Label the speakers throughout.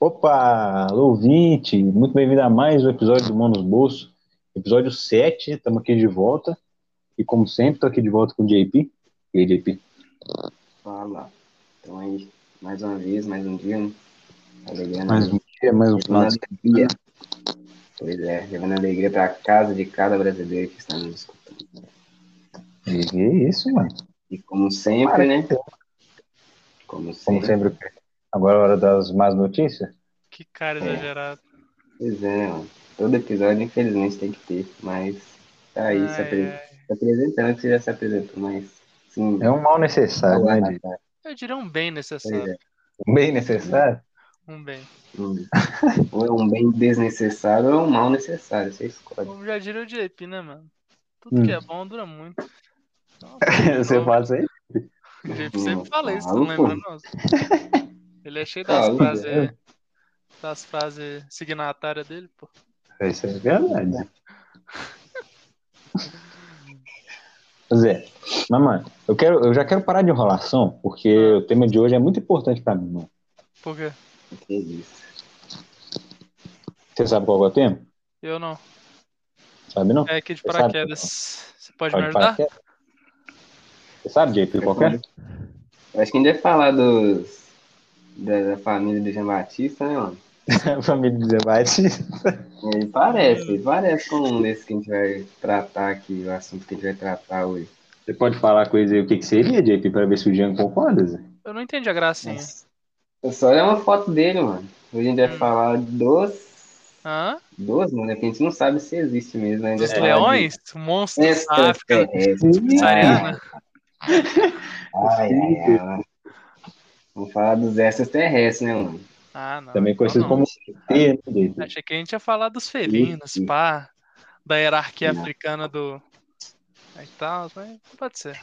Speaker 1: Opa, alô, ouvinte, muito bem-vindo a mais um episódio do Mão nos Bolsos, episódio 7, estamos aqui de volta, e como sempre, estou aqui de volta com o JP, e aí, JP,
Speaker 2: Fala. Então aí, mais uma vez, mais um dia, né? Alegria,
Speaker 1: mais
Speaker 2: né?
Speaker 1: um dia, mais um final de
Speaker 2: Levando alegria. Pois é, levando alegria pra casa de cada brasileiro que está nos escutando.
Speaker 1: semana. E é isso, mano,
Speaker 2: E como sempre, né? Como
Speaker 1: como
Speaker 2: sempre.
Speaker 1: sempre, agora é a hora das más notícias,
Speaker 3: Que cara
Speaker 2: É.
Speaker 3: exagerado.
Speaker 2: Pois é, mano. Todo episódio, infelizmente, tem que ter, mas tá
Speaker 1: É
Speaker 2: aí se,
Speaker 3: Ai,
Speaker 2: apre-
Speaker 3: ai.
Speaker 2: se apresentando, que você já se apresentou, mas sim.
Speaker 1: é um mal necessário,
Speaker 2: Olá,
Speaker 1: né, Di?
Speaker 2: cara.
Speaker 3: Eu diria um bem
Speaker 2: Pois
Speaker 3: necessário.
Speaker 2: é.
Speaker 1: Um bem necessário,
Speaker 3: Um bem.
Speaker 2: Hum. Ou é um bem desnecessário ou é um mal necessário, você escolhe.
Speaker 3: Como já diria o JP, né, mano? Tudo
Speaker 1: Hum.
Speaker 3: que é bom dura muito. Então,
Speaker 1: você faz isso aí,
Speaker 3: O JP sempre fala isso, não
Speaker 2: Maluco.
Speaker 3: lembra, não. Ele é cheio das
Speaker 2: Maluco,
Speaker 3: frases. Das frases signatárias dele, pô.
Speaker 1: isso é verdade. Pois é, mas, mano, eu, quero, eu já quero parar de enrolação, porque o tema de hoje é muito importante pra mim, mano.
Speaker 3: Porque
Speaker 2: Que isso.
Speaker 1: Você sabe qual é o tema?
Speaker 3: eu não.
Speaker 1: Sabe não?
Speaker 3: É aqui de
Speaker 1: Você sabe,
Speaker 3: paraquedas. Você pode me ajudar?
Speaker 1: paraquedas? é. Você sabe, JP, qual é?
Speaker 2: Eu acho que a gente deve falar dos, da, da família do Jean Batista, né, mano?
Speaker 1: Família de debate.
Speaker 2: Ele parece, ele parece com um desses que a gente vai tratar aqui, o assunto que a gente vai tratar hoje.
Speaker 1: Você pode falar com eles aí o que, que seria, JP, pra ver se o Jean concorda? Zé?
Speaker 3: Eu não entendi a gracinha.
Speaker 2: Eu só olhar uma foto dele, mano. Hoje a gente vai
Speaker 3: Hum.
Speaker 2: falar dos.
Speaker 3: Hã?
Speaker 2: Dos, mano, é que a gente não sabe se existe mesmo. É, né? A gente
Speaker 3: Dos
Speaker 2: vai falar
Speaker 3: leões? Monstros
Speaker 2: de
Speaker 3: da África.
Speaker 2: extraterrestres.
Speaker 3: Sariana?
Speaker 2: é, Ai, ai, ai. Vamos falar dos extraterrestres, né, mano?
Speaker 3: Ah, não.
Speaker 1: Também
Speaker 3: então
Speaker 1: conhecido
Speaker 3: não.
Speaker 1: como T, né, JP?
Speaker 3: Achei que a gente ia falar dos felinos,
Speaker 2: Ih, ih.
Speaker 3: pá, da hierarquia
Speaker 2: Não.
Speaker 3: africana do. É E tal, mas pode ser.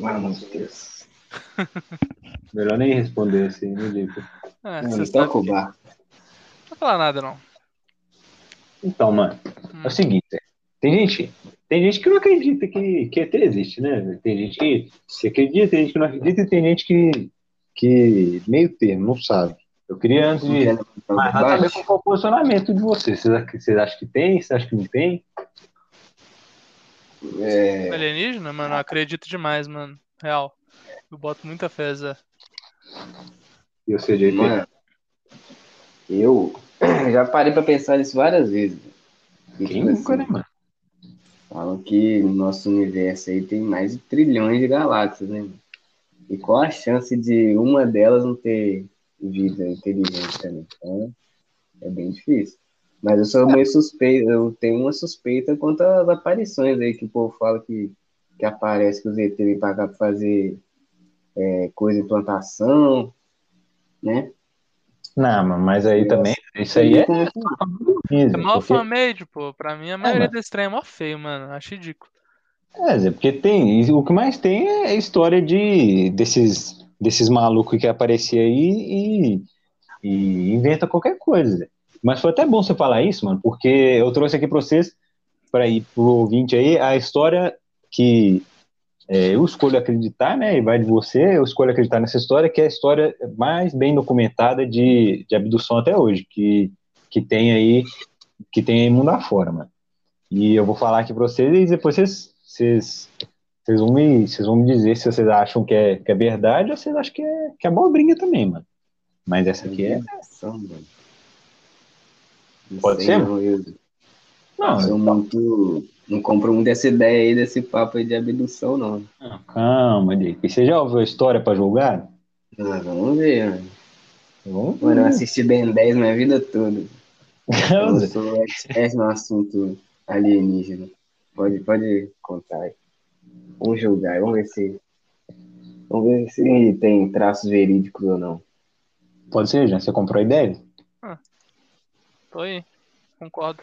Speaker 2: Mano, meu Deus.
Speaker 1: Melhor nem responder assim, né, JP?
Speaker 3: É,
Speaker 2: Mano,
Speaker 3: vocês
Speaker 2: então,
Speaker 3: sabem.
Speaker 2: Cuba.
Speaker 3: Não vou falar nada, não.
Speaker 1: Então, mano,
Speaker 3: Hum.
Speaker 1: é o seguinte, Zé. tem gente, tem gente que não acredita que, que ET existe, né? Zé? Tem gente que se acredita, tem gente que não acredita e tem gente que, que meio termo, não sabe. Eu queria antes de Mas nada a ver com qual é o posicionamento de vocês. Vocês ac- vocês acham que tem? Vocês acham que não tem?
Speaker 2: É,
Speaker 3: Alienígena, mano, eu acredito demais, mano. Real. Eu boto muita fé, Zé.
Speaker 1: E você, JP?
Speaker 2: mano, eu já parei pra pensar nisso várias vezes. E,
Speaker 1: Quem
Speaker 2: tipo
Speaker 1: nunca,
Speaker 2: assim,
Speaker 1: né, mano?
Speaker 2: Falam que no nosso universo aí tem mais de trilhões de galáxias, né? mano? E qual a chance de uma delas não ter vida inteligente também? Então, é bem difícil. Mas eu
Speaker 1: É.
Speaker 2: sou meio suspeito, eu tenho uma suspeita quanto às aparições aí que o povo fala que, que aparece que os ET vêm pra cá pra fazer é, coisa em plantação, né?
Speaker 1: Não, mano, mas aí
Speaker 2: Eu
Speaker 1: também, isso aí é
Speaker 2: Como-
Speaker 3: É
Speaker 1: físico.
Speaker 3: mó
Speaker 1: porque,
Speaker 3: fan-made, pô. Pra mim, a maioria
Speaker 1: mano.
Speaker 3: desse trem é mó feio, mano. Acho ridículo.
Speaker 1: é, Zé, porque tem. e O que mais tem é história de, desses, desses malucos que apareciam aí e, e inventa qualquer coisa. Zé. Mas foi até bom você falar isso, mano, porque eu trouxe aqui pra vocês, pra ir pro ouvinte aí, a história que É, eu escolho acreditar, né? E vai de você, eu escolho acreditar nessa história, que é a história mais bem documentada de, de abdução até hoje, que, que tem aí, que tem aí mundo afora, mano. E eu vou falar aqui pra vocês e depois vocês, vocês, vocês, vão, me, vocês vão me dizer se vocês acham que é, que é verdade ou vocês acham que é, que é abobrinha também, mano. Mas essa aqui é.
Speaker 2: Ação, mano. Não
Speaker 1: Pode ser?
Speaker 2: sei, não, eu
Speaker 1: Não,
Speaker 2: sou muito. Não compro muito essa ideia aí, desse papo aí de abdução, não.
Speaker 1: Ah, calma, Dick. Você já ouviu a história pra julgar?
Speaker 2: Mas Ah, vamos ver, mano.
Speaker 1: Vamos
Speaker 2: Mano, eu assisti Ben 10 minha vida toda. Eu sou expert no assunto alienígena. Pode, pode contar aí. Vamos julgar, vamos ver se. Vamos ver se tem traços verídicos ou não.
Speaker 1: Pode ser, já. Você comprou a ideia?
Speaker 3: Tô aí. Concordo.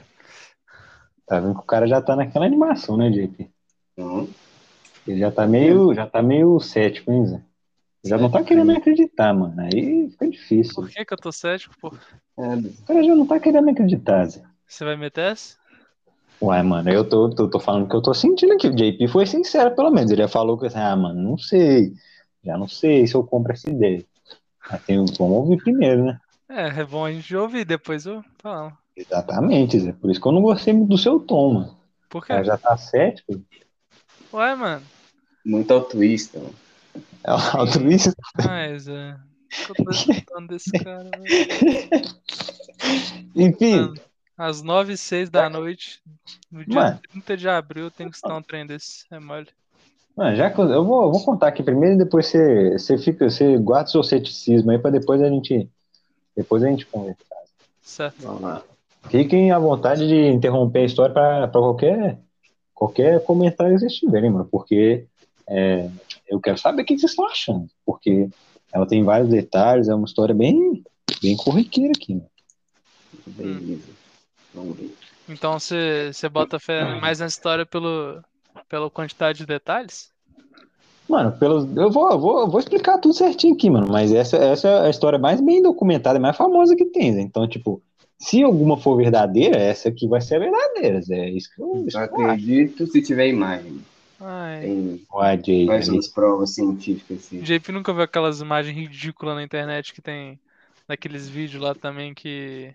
Speaker 1: Tá vendo que o cara já tá naquela animação, né, JP?
Speaker 2: Não.
Speaker 1: Ele já tá meio, já tá meio cético, hein, Zé? Já não tá querendo acreditar, mano. Aí fica difícil.
Speaker 3: Por que que eu tô cético, pô?
Speaker 2: É,
Speaker 1: O cara já não tá querendo acreditar, Zé.
Speaker 3: Você vai meter essa?
Speaker 1: Uai, mano, eu tô, tô, tô falando o que eu tô sentindo aqui. O JP foi sincero, pelo menos. Ele já falou que assim, ah, mano, não sei. Já não sei se eu compro essa ideia. Mas tem, vamos ouvir primeiro, né?
Speaker 3: É, é bom a gente ouvir, depois eu falo.
Speaker 1: Exatamente, Zé. Por isso que eu não gostei muito do seu tom, mano.
Speaker 3: Por quê?
Speaker 1: Ela já tá cético.
Speaker 3: Ué, mano.
Speaker 2: Muito altruísta, mano.
Speaker 1: É um altruísta.
Speaker 3: Mas, é. O que eu tô escutando desse cara, velho?
Speaker 1: Enfim,
Speaker 3: Às 9 e 6
Speaker 1: É.
Speaker 3: da noite, no dia
Speaker 1: Mano.
Speaker 3: 30 de abril, eu tenho que estar um trem desse. É mole.
Speaker 1: mano, já que eu, eu vou, eu vou contar aqui primeiro e depois você, você fica, você guarda o seu ceticismo aí pra depois a gente. Depois a gente conversa.
Speaker 3: Certo.
Speaker 2: Vamos lá.
Speaker 1: Fiquem à vontade de interromper a história para qualquer, qualquer comentário que vocês tiverem, mano, porque é, eu quero saber o que vocês estão achando, porque ela tem vários detalhes, é uma história bem, bem corriqueira aqui. Mano.
Speaker 2: Beleza. Vamos ver.
Speaker 3: Então você você bota fé mais na história pelo, pela quantidade de detalhes?
Speaker 1: Mano, pelos, eu vou, eu vou, eu vou explicar tudo certinho aqui, mano, mas essa, essa é a história mais bem documentada, mais famosa que tem, Zé. então, tipo, se alguma for verdadeira, essa aqui vai ser a verdadeira, Zé, é isso que eu, isso
Speaker 2: Só
Speaker 1: que eu acho.
Speaker 2: acredito se tiver imagem.
Speaker 3: Ai.
Speaker 2: Tem
Speaker 1: Ué, Jay,
Speaker 2: mais um.
Speaker 1: ali.
Speaker 2: umas provas científicas assim.
Speaker 3: JP nunca viu aquelas imagens ridículas na internet que tem naqueles vídeos lá também que.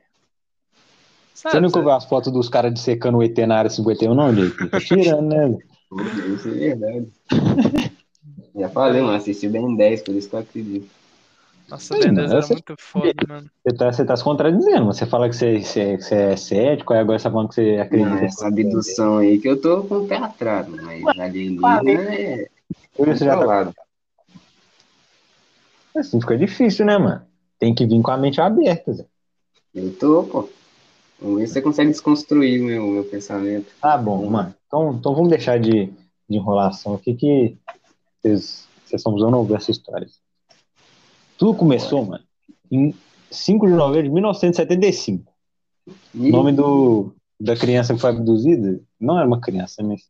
Speaker 3: Sabe,
Speaker 1: Você nunca viu as fotos dos caras dissecando o ET na área 51, não, Jake? Tá tirando, né?
Speaker 2: Pô, Isso é verdade. Já falei, mano, assisti Ben 10, por isso que eu acredito.
Speaker 3: Nossa,
Speaker 1: Sim,
Speaker 3: Ben
Speaker 1: mano,
Speaker 3: 10 era
Speaker 1: essa-
Speaker 3: muito foda, mano.
Speaker 1: Você tá, você tá se contradizendo, mas você fala que você, você- que você é cético, aí agora você tá falando que você acredita.
Speaker 2: Não, essa abdução aí que eu tô com o pé atrás, mano, mas alienígena é
Speaker 1: Você já tá-
Speaker 2: falado.
Speaker 1: assim, fica difícil, né, mano? Tem que vir com a mente aberta. Zé.
Speaker 2: Eu tô, pô. Vamos ver se você consegue desconstruir o meu, meu pensamento.
Speaker 1: Tá bom, mano. Então, então vamos deixar de, de enrolação aqui que vocês, vocês estão precisando ouvir essa história. Tudo começou, mano, em 5 de novembro de 1975. O
Speaker 2: Ih,
Speaker 1: nome do, da criança que foi abduzida não era uma criança, mas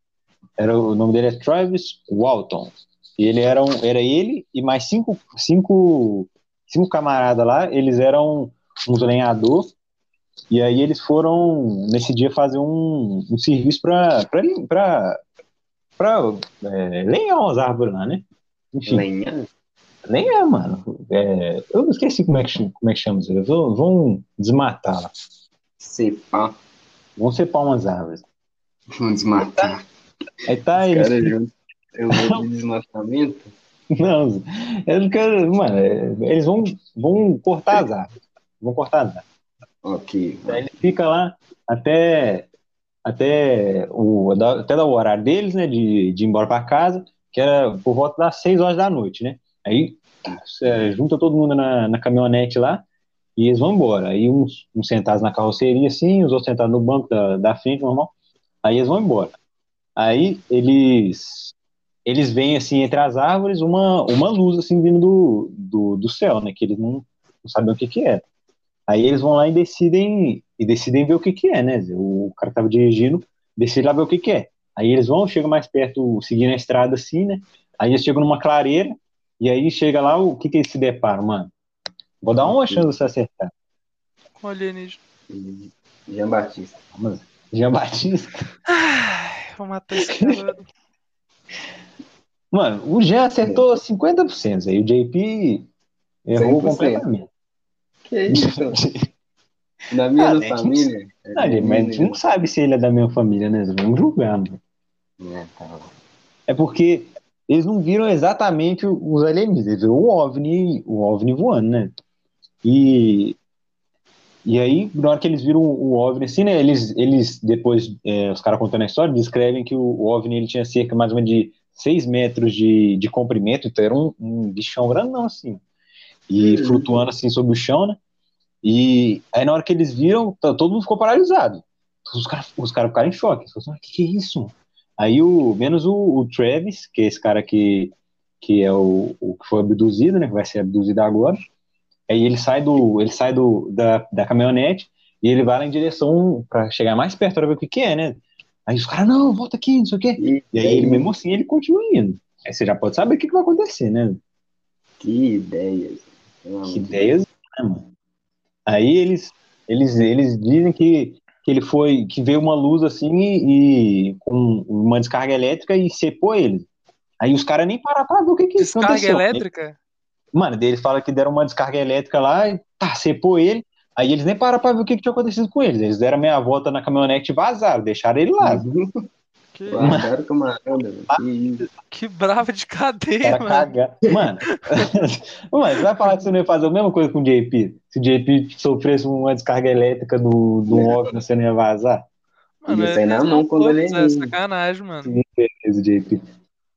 Speaker 1: era, o nome dele é Travis Walton. E ele era, um, era ele e mais cinco, cinco, cinco camaradas lá, eles eram uns lenhador. E aí eles foram, nesse dia, fazer um, um serviço para pra, pra, é, lenhar umas árvores lá, né? Enfim.
Speaker 2: lenha?
Speaker 1: Nem é, mano. É, eu não esqueci como é que, chama- como é que chama isso. Eles vão- Vão desmatar lá.
Speaker 2: Cepá.
Speaker 1: Vão cepar umas árvores.
Speaker 2: Vamos desmatar.
Speaker 1: Aí tá eles.
Speaker 2: Cara, junto. Eu vou de desmatamento?
Speaker 1: Não, Zé. eu não quero. Mano, é, eles vão, vão cortar as árvores. Vão cortar as árvores.
Speaker 2: Ok.
Speaker 1: Aí ele fica lá até. Até o, da- até dar o horário deles, né? De, de ir embora pra casa, que era por volta das 6 horas da noite, né? Aí é, junta todo mundo na, na caminhonete lá e eles vão embora. Aí uns, uns sentados na carroceria, assim, os outros sentados no banco da, da frente, normal. Aí eles vão embora. Aí eles eles veem assim entre as árvores uma, uma luz assim vindo do, do, do céu, né? Que eles não, não sabem o que que é. Aí eles vão lá e decidem e decidem ver o que que é, né? O cara que tava dirigindo decide lá ver o que que é. Aí eles vão, chegam mais perto, seguindo a estrada assim, né? Aí eles chegam numa clareira e aí chega lá o que que eles se deparam, mano? Vou dar uma chance de você acertar.
Speaker 3: Com alienígena.
Speaker 2: Jean Batista.
Speaker 1: Vamos, Jean Batista.
Speaker 3: Ai, vou matar esse cara.
Speaker 1: Mano, o Jean acertou 50%, aí o JP errou
Speaker 2: 100%.
Speaker 1: completamente.
Speaker 2: Que isso? Da
Speaker 1: É Ah,
Speaker 2: minha né?
Speaker 1: gente,
Speaker 2: família?
Speaker 1: Não, gente, mas a gente não sabe se ele é da mesma família, né? Vamos julgar, mano.
Speaker 2: É, tá bom.
Speaker 1: É porque eles não viram exatamente os alienígenas, eles viram o OVNI, o OVNI voando, né? E, e aí, na hora que eles viram o OVNI assim, né? Eles, eles depois, é, os caras contando a história, descrevem que o, o OVNI ele tinha cerca mais ou menos de 6 metros de, de comprimento, então era um, um bichão grandão assim. E
Speaker 2: Uhum.
Speaker 1: flutuando assim sobre o chão, né? E aí, na hora que eles viram, t- todo mundo ficou paralisado. Os caras os cara ficaram em choque. Eles falaram assim, "Ah, que que é isso? Aí o menos o, o Travis, que é esse cara que, que é o, o que foi abduzido, né? Que vai ser abduzido agora. Aí ele sai do ele sai do da, da caminhonete e ele vai lá em direção para chegar mais perto para ver o que, que é, né? Aí os caras, não, volta aqui, não sei o quê.
Speaker 2: E,
Speaker 1: E aí ele mesmo assim ele continua indo. Aí você já pode saber o que, que vai acontecer, né?
Speaker 2: Que ideias. Pelo amor
Speaker 1: Que
Speaker 2: de
Speaker 1: ideias, né, mano? Aí eles, eles, eles dizem que, que ele foi, que veio uma luz assim e, e com uma descarga elétrica e cepou ele. Aí os caras nem pararam pra ver o que né? que
Speaker 3: Descarga
Speaker 1: aconteceu.
Speaker 3: elétrica?
Speaker 1: Mano, daí eles falam que deram uma descarga elétrica lá, e tá, cepou ele. Aí eles nem pararam pra ver o que, que tinha acontecido com eles. Eles deram meia volta na caminhonete e vazaram, deixaram ele
Speaker 3: Hum.
Speaker 1: lá.
Speaker 3: Que,
Speaker 2: Claro que é uma onda, velho. Que isso.
Speaker 3: que brava de cadeia,
Speaker 1: Era
Speaker 3: mano.
Speaker 1: cagar. Mano, mano, você vai falar que você não ia fazer a mesma coisa com o JP? Se o JP sofresse uma descarga elétrica do, do óculos, você não ia vazar?
Speaker 3: Mano,
Speaker 2: Ia
Speaker 3: é-
Speaker 2: sair na
Speaker 3: é-
Speaker 2: mão quando ele-
Speaker 3: é sacanagem, mano.
Speaker 1: Beleza, JP.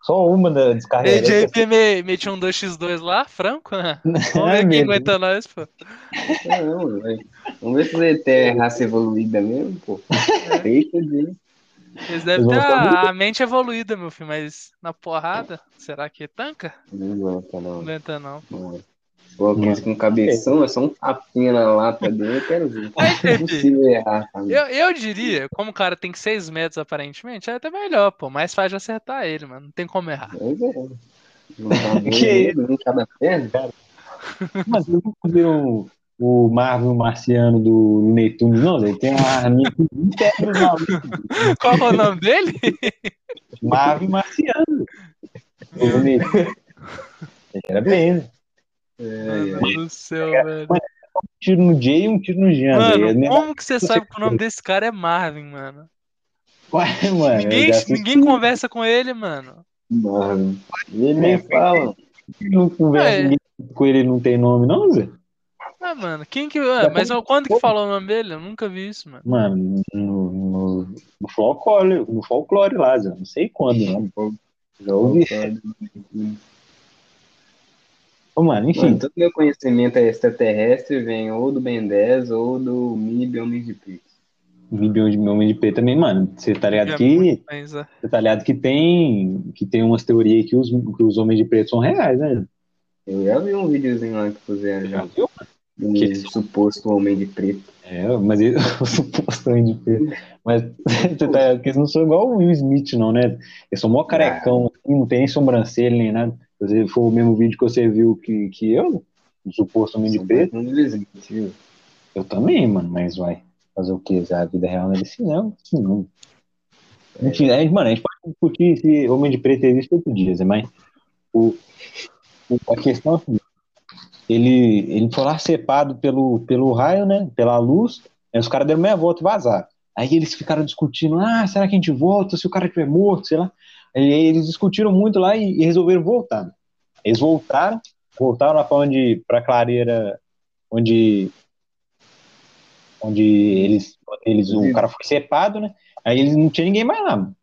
Speaker 1: Só uma da descarga
Speaker 3: E
Speaker 1: elétrica.
Speaker 3: JP me- metia um 2x2 lá, franco, né? Vamos
Speaker 1: É
Speaker 3: ver quem
Speaker 1: mesmo.
Speaker 3: aguenta nós, pô.
Speaker 2: Não, velho. Vamos ver se ele tem raça evoluída mesmo, pô. Feito de.
Speaker 3: Eles
Speaker 1: Eles
Speaker 3: devem ter
Speaker 1: vão ficar
Speaker 3: a, a mente evoluída, meu filho, mas na porrada, será que tanca?
Speaker 2: Não aguenta,
Speaker 3: Não
Speaker 2: não.
Speaker 3: aguenta, não.
Speaker 1: Hum.
Speaker 2: Mano. Pô, aqueles com cabeção, é só um tapinha na lata dele, eu quero ver.
Speaker 3: Aí,
Speaker 2: É
Speaker 3: Pepe,
Speaker 2: impossível errar, sabe?
Speaker 3: eu, eu diria, como o cara tem 6 metros aparentemente, é até melhor, pô. Mais fácil de acertar ele, mano. Não tem como errar.
Speaker 2: Pois é. Não tá
Speaker 1: Que
Speaker 2: vendo, não tá na perna?
Speaker 1: Mas vocês nunca viram o Marvel marciano do Netuno, não? Ele tem uma arminha com 20 metros na mão.
Speaker 3: Qual é o nome dele?
Speaker 1: Marvel marciano. O Netuno. Era bem, né?
Speaker 3: Mano
Speaker 1: é,
Speaker 3: do céu, velho.
Speaker 1: Um tiro no Jay e um tiro no Jean. velho.
Speaker 3: Mano,
Speaker 1: Né?
Speaker 3: como que você sabe que o nome desse cara é Marvin, mano?
Speaker 1: Ué, mano,
Speaker 3: Ninguém,
Speaker 1: É, eu já assisti,
Speaker 3: ninguém conversa com ele, mano.
Speaker 2: Mano, ele nem fala.
Speaker 1: não conversa
Speaker 3: É.
Speaker 1: ninguém com ele, não tem nome, não, Zé?
Speaker 3: Ah, mano, quem que. ah, mas quando que falou o nome dele? Eu nunca vi isso, mano.
Speaker 1: Mano, no, no, no folclore, no folclore lá, Zé. Não sei quando, né? Já ouvi. Ô, mano, enfim.
Speaker 2: Mano, todo meu conhecimento é extraterrestre vem ou do Ben 10 ou do Mini Biomins de Pix.
Speaker 1: Bibião de Bibião de P também, mano. Você tá ligado
Speaker 3: É
Speaker 1: que.
Speaker 3: Mas, ah,
Speaker 1: Você tá ligado que tem. Que tem umas teorias aí que os, que os homens de preto são reais, né?
Speaker 2: Eu já vi um videozinho lá que fizeram já.
Speaker 1: viu?
Speaker 2: Do
Speaker 1: Que isso?
Speaker 2: suposto homem de preto.
Speaker 1: É, mas ele- o suposto homem de preto. Mas você tá ligado que eles não são igual o Will Smith, não, né? Eles são mó carecão, assim, não tem nem sobrancelha nem nada. Se você for o mesmo vídeo que você viu que, que eu, o suposto homem de preto,
Speaker 2: Um desenho, tio.
Speaker 1: eu também, mano, mas vai. Fazer o quê? A vida real não é desse não, assim, não. Enfim, a gente, mano, a gente pode discutir se homem de preto existe outro dia, Zé, mas o, o- a questão é a seguinte, ele, ele foi lá cepado pelo, pelo raio, né? Pela luz, aí os caras deram meia volta e vazaram. Aí eles ficaram discutindo, ah, será que a gente volta? Se o cara estiver morto, sei lá. Aí eles discutiram muito lá e, e resolveram voltar. né? Eles voltaram, voltaram lá pra onde, pra clareira, onde, onde eles, eles, o cara foi cepado, né? Aí eles não tinha ninguém mais lá. mano.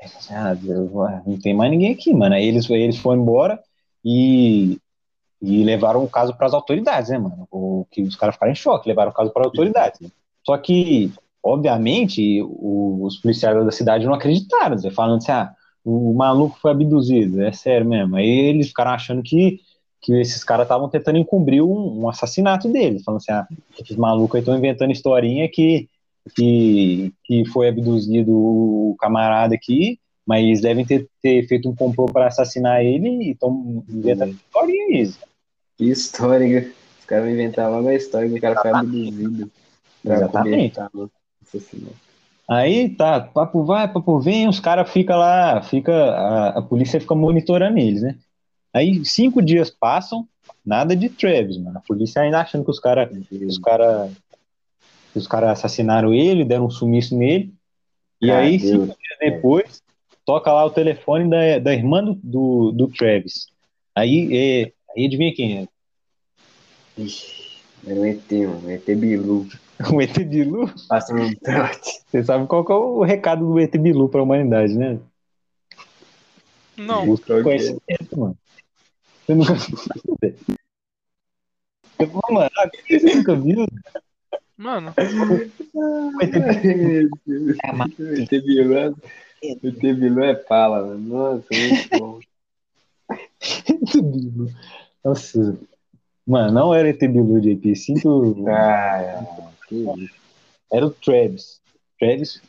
Speaker 1: Aí eles falaram assim, ah, eu vou- ah, não tem mais ninguém aqui, mano. Aí eles, aí eles foram embora e, e levaram o caso para as autoridades, né, mano? O, que os caras ficaram em choque, levaram o caso para as autoridades. né? Só que, obviamente, o- os policiais da cidade não acreditaram, né? falando assim, ah, o maluco foi abduzido, é sério mesmo. Aí eles ficaram achando que, que esses caras estavam tentando encobrir um, um assassinato deles, falando assim, ah, esses malucos aí estão inventando historinha que que, que foi abduzido o camarada aqui, mas eles devem ter, ter feito um complô para assassinar ele e estão inventando história isso.
Speaker 2: Que história. que- Os caras vão inventar logo a história que o cara foi abduzido. Pra né?
Speaker 1: Exatamente.
Speaker 2: cobertar o assassinato.
Speaker 1: Aí tá, papo vai, papo vem, os caras ficam lá, fica, a, a polícia fica monitorando eles, né? Aí cinco dias passam, nada de Travis, mano. A polícia ainda achando que os caras os cara, os cara assassinaram ele, deram um sumiço nele. E
Speaker 2: Ah,
Speaker 1: aí,
Speaker 2: Deus.
Speaker 1: cinco dias depois, toca lá o telefone da, da irmã do, do, do Travis. Aí, é, aí adivinha quem é?
Speaker 2: Ixi, Era um ET, mano. Um ET Bilu.
Speaker 1: O ET Bilu.
Speaker 2: Passa um trote.
Speaker 1: Você sabe qual que é o recado do ET Bilu para a humanidade, né?
Speaker 3: não,
Speaker 1: Busca
Speaker 2: Troca.
Speaker 1: conhecimento, mano. Você nunca viu? Ô, mano, ah, por que você nunca viu?
Speaker 3: mano,
Speaker 1: O ET Bilu É
Speaker 2: O ET Bilu é... O ET Bilu é pala, mano. Nossa, muito bom.
Speaker 1: ET Bilu. Nossa. Mano, não era ET Bilu, JP. Sinto.
Speaker 2: Ah, que isso.
Speaker 1: Era o Travis. Travis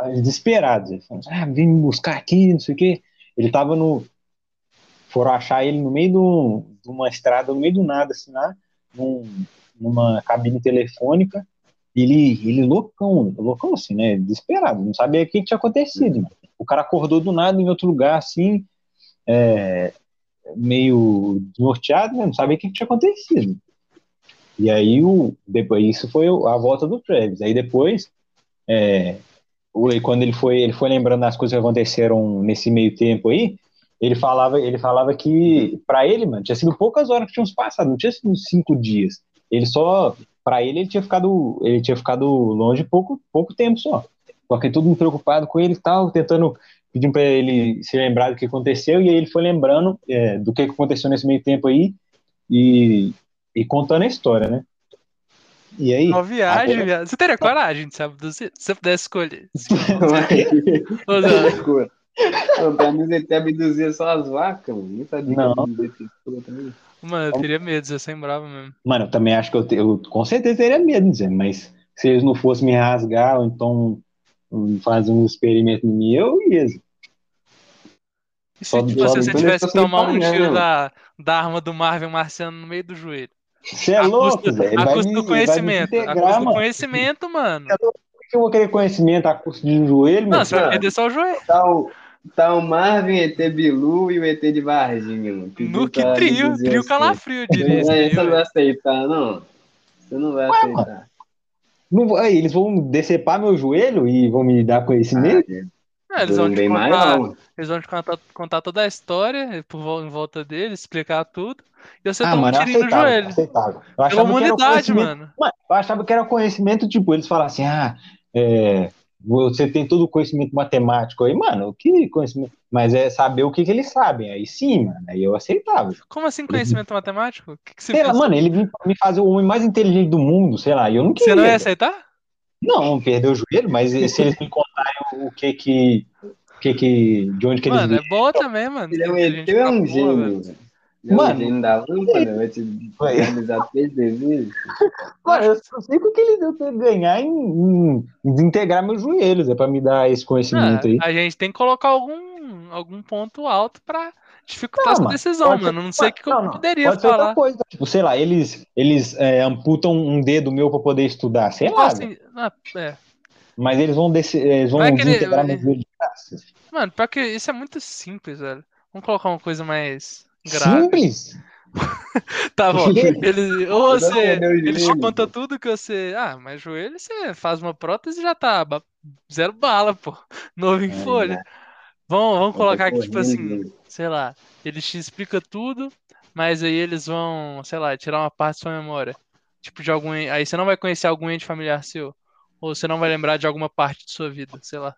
Speaker 1: ah, desesperado. Ele falou, ah, vem me buscar aqui, não sei o quê. Ele tava no. Foram achar ele no meio do- de uma estrada, no meio do nada, assim, lá, num- numa cabine telefônica. Ele, ele loucão, loucão assim, né? Desesperado, não sabia o que que tinha acontecido. mano. O cara acordou do nada em outro lugar, assim, é, meio desnorteado, né? Não sabia o que tinha acontecido. E aí o depois isso foi a volta do Travis. Aí depois é, o- quando ele foi ele foi lembrando das coisas que aconteceram nesse meio tempo aí, ele falava ele falava que pra ele mano tinha sido poucas horas que tinham se passado, não tinha sido uns cinco dias. Ele só pra ele ele tinha ficado ele tinha ficado longe pouco pouco tempo só. Só que todo mundo preocupado com ele e tal, tentando pedindo pra ele se lembrar do que aconteceu e aí ele foi lembrando é, do que aconteceu nesse meio tempo aí. E, e contando a história, né? E aí,
Speaker 3: Uma viagem,
Speaker 1: agora-
Speaker 3: viado. Você teria coragem de se abduzir? Se você pudesse escolher. Se- Ô, Zé,
Speaker 2: Loucura. Pô, Pra mim, ele até abduzia só as vacas, mano. Não sabia
Speaker 1: Não.
Speaker 2: que abduzia essas coisas também.
Speaker 3: Mano, eu teria medo, você sem bravo mesmo.
Speaker 1: mano, eu também acho que eu, te- eu com certeza teria medo, Zé, mas se eles não fossem me rasgar, ou então hum, fazer um experimento em mim, eu ia. Zé.
Speaker 3: E se
Speaker 1: Só do
Speaker 3: tipo, se
Speaker 1: lado,
Speaker 3: você
Speaker 2: então,
Speaker 3: tivesse
Speaker 2: eu
Speaker 3: que
Speaker 2: tô sem
Speaker 3: tomar um
Speaker 2: parar, né,
Speaker 3: tiro
Speaker 2: mano?
Speaker 3: da, da arma do Marvin marciano no meio do joelho?
Speaker 1: Você é
Speaker 3: a
Speaker 1: louco,
Speaker 3: custa,
Speaker 1: Zé. Ele
Speaker 3: a
Speaker 1: vai
Speaker 3: custa
Speaker 1: me,
Speaker 3: do
Speaker 1: ele vai me
Speaker 3: conhecimento. A custa
Speaker 1: integrar,
Speaker 3: do
Speaker 1: mano. É
Speaker 3: conhecimento, mano.
Speaker 1: Por que eu vou querer conhecimento a custo de um joelho,
Speaker 3: Não,
Speaker 1: mano?
Speaker 3: você vai
Speaker 2: cara.
Speaker 3: perder só o joelho.
Speaker 2: Tá o, tá o Marvin, ET Bilu e o ET de Varginha, mano.
Speaker 3: No
Speaker 2: Pediu
Speaker 3: que
Speaker 2: pra
Speaker 3: trio,
Speaker 2: abduzir
Speaker 3: trio
Speaker 2: as coisas.
Speaker 3: calafrio, eu diria isso
Speaker 2: É,
Speaker 3: aí,
Speaker 2: Você não
Speaker 3: velho.
Speaker 2: vai aceitar, não. Você não vai aceitar.
Speaker 1: Não vou- aí, eles vão decepar meu joelho e vão me dar conhecimento?
Speaker 3: Não, É, eles vão te
Speaker 2: bem mais,
Speaker 3: contar,
Speaker 2: Ah, não.
Speaker 3: eles vão te contar, contar toda a história eh, por vol- em volta dele, explicar tudo. E você
Speaker 1: ah,
Speaker 3: toma um
Speaker 1: mano, é
Speaker 3: tirinho no
Speaker 1: aceitável,
Speaker 3: joelho.
Speaker 1: aceitável. Eu
Speaker 3: Pela
Speaker 1: achava que era o
Speaker 3: humanidade,
Speaker 1: conhecimento
Speaker 3: mano.
Speaker 1: Mano, eu achava que era conhecimento, tipo, eles falam assim, ah, é, você tem todo o conhecimento matemático aí, mano, que conhecimento? Mas é saber o que, que eles sabem, aí sim, mano, aí eu aceitava.
Speaker 3: Como assim conhecimento matemático? O que, que você
Speaker 1: Sei lá,
Speaker 3: fez?
Speaker 1: mano, ele me, me fazer o homem mais inteligente do mundo, sei lá, e eu não
Speaker 3: Você
Speaker 1: queria.
Speaker 3: não é ia
Speaker 1: velho.
Speaker 3: aceitar?
Speaker 1: Não, perdeu o joelho, mas se eles me contarem o que que, o que que, de onde que eles...
Speaker 3: Mano, é bom também, mano.
Speaker 2: Ele é um
Speaker 3: Tem
Speaker 2: ET ou
Speaker 3: gente
Speaker 2: é
Speaker 3: pra
Speaker 2: um
Speaker 3: porra,
Speaker 2: gênio?
Speaker 3: velho.
Speaker 2: velho? Ele é um
Speaker 1: Mano.
Speaker 2: gênio da lâmpada, vai te
Speaker 1: Vai.
Speaker 2: realizar três desejos.
Speaker 1: Mano, eu só sei que o que eles iam ganhar em, em desintegrar meus joelhos, é pra me dar esse conhecimento aí.
Speaker 3: Ah, a gente tem que colocar algum, algum ponto alto pra dificultar
Speaker 1: Ah,
Speaker 3: essa
Speaker 1: mano,
Speaker 3: decisão,
Speaker 1: pode
Speaker 3: mano. Não sei o que eu
Speaker 1: Não, não,
Speaker 3: poderia
Speaker 1: Pode ser outra
Speaker 3: falar.
Speaker 1: coisa. Tipo, sei lá, eles, eles é, amputam um dedo meu pra poder estudar, sei lá.
Speaker 3: Ah,
Speaker 1: velho.
Speaker 3: assim, ah, é.
Speaker 1: Mas eles vão, desse, é, eles vão
Speaker 3: Vai né? que ele-
Speaker 1: desintegrar
Speaker 3: vai-
Speaker 1: meu joelho de graça.
Speaker 3: Mano, pior que isso é muito simples, velho. Vamos colocar uma coisa mais grave.
Speaker 1: Simples?
Speaker 3: Tá bom. Eles, ou você,
Speaker 2: Não, ele é um
Speaker 3: eles te
Speaker 2: gênio.
Speaker 3: contam tudo que você. Ah, mas joelho você faz uma prótese e já tá ba- zero bala, pô. Novo em
Speaker 2: Ai,
Speaker 3: folha. Vamos, vamos colocar aqui, tipo assim,
Speaker 2: Correndo,
Speaker 3: sei lá, eles te explicam tudo, mas aí eles vão, sei lá, tirar uma parte da sua memória. Tipo, de algum. Aí você não vai conhecer algum ente familiar seu. Ou você não vai lembrar de alguma parte de sua vida, sei lá.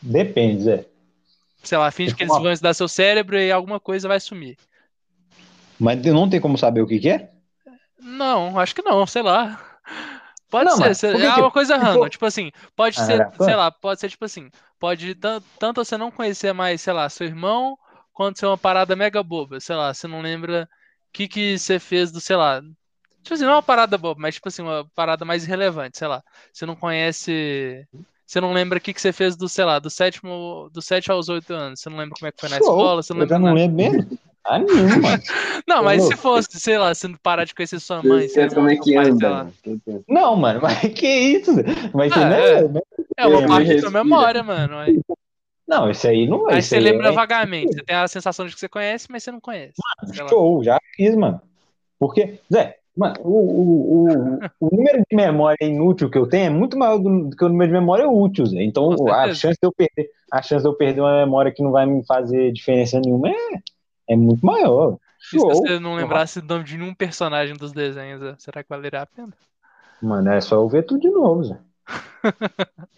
Speaker 1: Depende, Zé.
Speaker 3: Sei lá,
Speaker 2: É
Speaker 3: finge que eles vão estudar seu cérebro e alguma coisa vai sumir.
Speaker 1: Mas não tem como saber o que, que é?
Speaker 3: Não, acho que não, sei lá. Pode
Speaker 1: Não,
Speaker 3: ser,
Speaker 1: mas
Speaker 3: se-
Speaker 1: por que
Speaker 3: é
Speaker 1: que-
Speaker 3: uma coisa
Speaker 1: se
Speaker 3: random,
Speaker 1: for-
Speaker 3: tipo assim, pode
Speaker 1: Ah,
Speaker 3: ser,
Speaker 1: era fã?
Speaker 3: sei lá, pode ser tipo assim, pode tan- tanto você não conhecer mais, sei lá, seu irmão, quanto ser uma parada mega boba, sei lá, você não lembra o que que você fez do, sei lá, tipo assim, não uma parada boba, mas tipo assim, uma parada mais irrelevante, sei lá, você não conhece, você não lembra o que que você fez do, sei lá, do sétimo, do sete aos oito anos, você não lembra como é que foi na
Speaker 1: Show.
Speaker 3: escola, você não
Speaker 1: Eu
Speaker 3: lembra
Speaker 1: já
Speaker 3: nada.
Speaker 1: não lembro mesmo. Ah, nenhum, mano.
Speaker 3: Não, mas se
Speaker 1: louco.
Speaker 3: fosse, sei lá, você não parar de conhecer sua mãe,
Speaker 2: Vocês
Speaker 3: seu
Speaker 2: pensam como
Speaker 3: irmão,
Speaker 2: é
Speaker 3: seu
Speaker 2: que
Speaker 3: pai, sei
Speaker 2: anda,
Speaker 3: lá.
Speaker 2: mano? Vocês pensam-
Speaker 1: Não, mano, mas que isso? Zé? Mas isso
Speaker 3: Ah,
Speaker 1: não
Speaker 3: é.
Speaker 1: é. né?
Speaker 3: É uma
Speaker 2: É,
Speaker 3: parte da sua
Speaker 2: respira.
Speaker 3: memória, mano. Aí,
Speaker 1: Não, isso aí não é.
Speaker 3: aí
Speaker 1: isso
Speaker 3: você
Speaker 1: aí
Speaker 3: lembra
Speaker 1: é
Speaker 3: vagamente. Você tem a sensação de que você conhece, mas você não conhece. Sei lá.
Speaker 1: show, já fiz, mano. Porque, Zé, mano, o, o, o, o número de memória inútil que eu tenho é muito maior do, do que o número de memória útil, Zé. Então
Speaker 3: Com
Speaker 1: a
Speaker 3: certeza.
Speaker 1: chance, de eu perder, a chance de eu perder uma memória que não vai me fazer diferença nenhuma é, é muito maior.
Speaker 3: E se
Speaker 1: Show.
Speaker 3: você não lembrasse o nome de nenhum personagem dos desenhos, eh, será que valeria a pena?
Speaker 1: Mano, é só eu ver tudo de novo, Zé.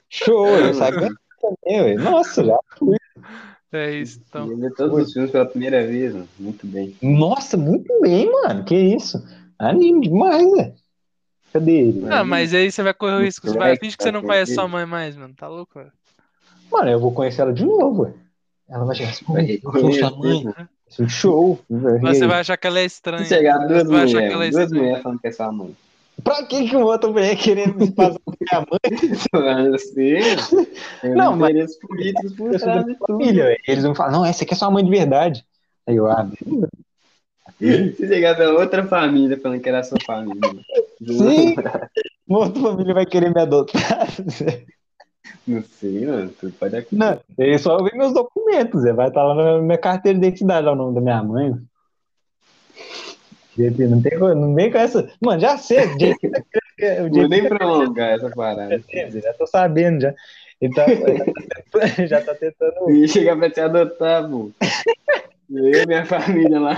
Speaker 1: Show, eu sabia também, ué. Nossa, já fui.
Speaker 3: É isso, então.
Speaker 2: Eu vi todos os filmes pela primeira vez, mano. Muito bem.
Speaker 1: Nossa, muito bem, mano. Que isso? Anime demais, Zé. Cadê ele? mano?
Speaker 3: Ah, mas aí você vai correr o risco. Você vai, finge que você não
Speaker 2: Moleque,
Speaker 3: conhece
Speaker 2: tá
Speaker 3: sua mãe mais, mano. Tá louco, velho?
Speaker 1: Mano, eu vou conhecer ela de novo, ué. Ela vai chegar assim, pô,
Speaker 2: Vai
Speaker 1: eu sou sua mãe.
Speaker 2: reconhecer. né?
Speaker 1: Assim, Show.
Speaker 3: Mas
Speaker 1: E
Speaker 3: você
Speaker 1: aí?
Speaker 3: vai achar que ela é estranha.
Speaker 2: Se chegar duas
Speaker 3: Você vai achar que ela é
Speaker 2: mulheres, duas
Speaker 3: estranha.
Speaker 2: mulheres falando que é sua mãe.
Speaker 1: Pra que que o outro mulher querendo me passar com minha mãe?
Speaker 2: Você tem
Speaker 1: Não,
Speaker 2: os
Speaker 1: mas-
Speaker 2: interesses políticos por
Speaker 1: Eu sou da
Speaker 2: trás
Speaker 1: minha
Speaker 2: de tudo.
Speaker 1: família, velho. Eles vão falar, não, essa aqui é sua mãe de verdade. Aí eu, ah, beleza.
Speaker 2: Se chegar da outra família falando que era sua família.
Speaker 1: sim. Uma outra família vai querer me adotar.
Speaker 2: Não sei, mano. Tudo pode acontecer.
Speaker 1: Não, ele só vê meus documentos. Ele vai estar lá na minha carteira de identidade, lá o nome da minha mãe. JP, Não, tem, co- não vem com essa. Mano, já sei. o JP tá querendo que- o
Speaker 2: Vou
Speaker 1: JP
Speaker 2: nem
Speaker 1: tá
Speaker 2: prolongar essa parada.
Speaker 1: querendo, já tô sabendo já. Ele tá, ele já tá tentando.
Speaker 2: E chegar pra te adotar, pô. Eu e minha família lá.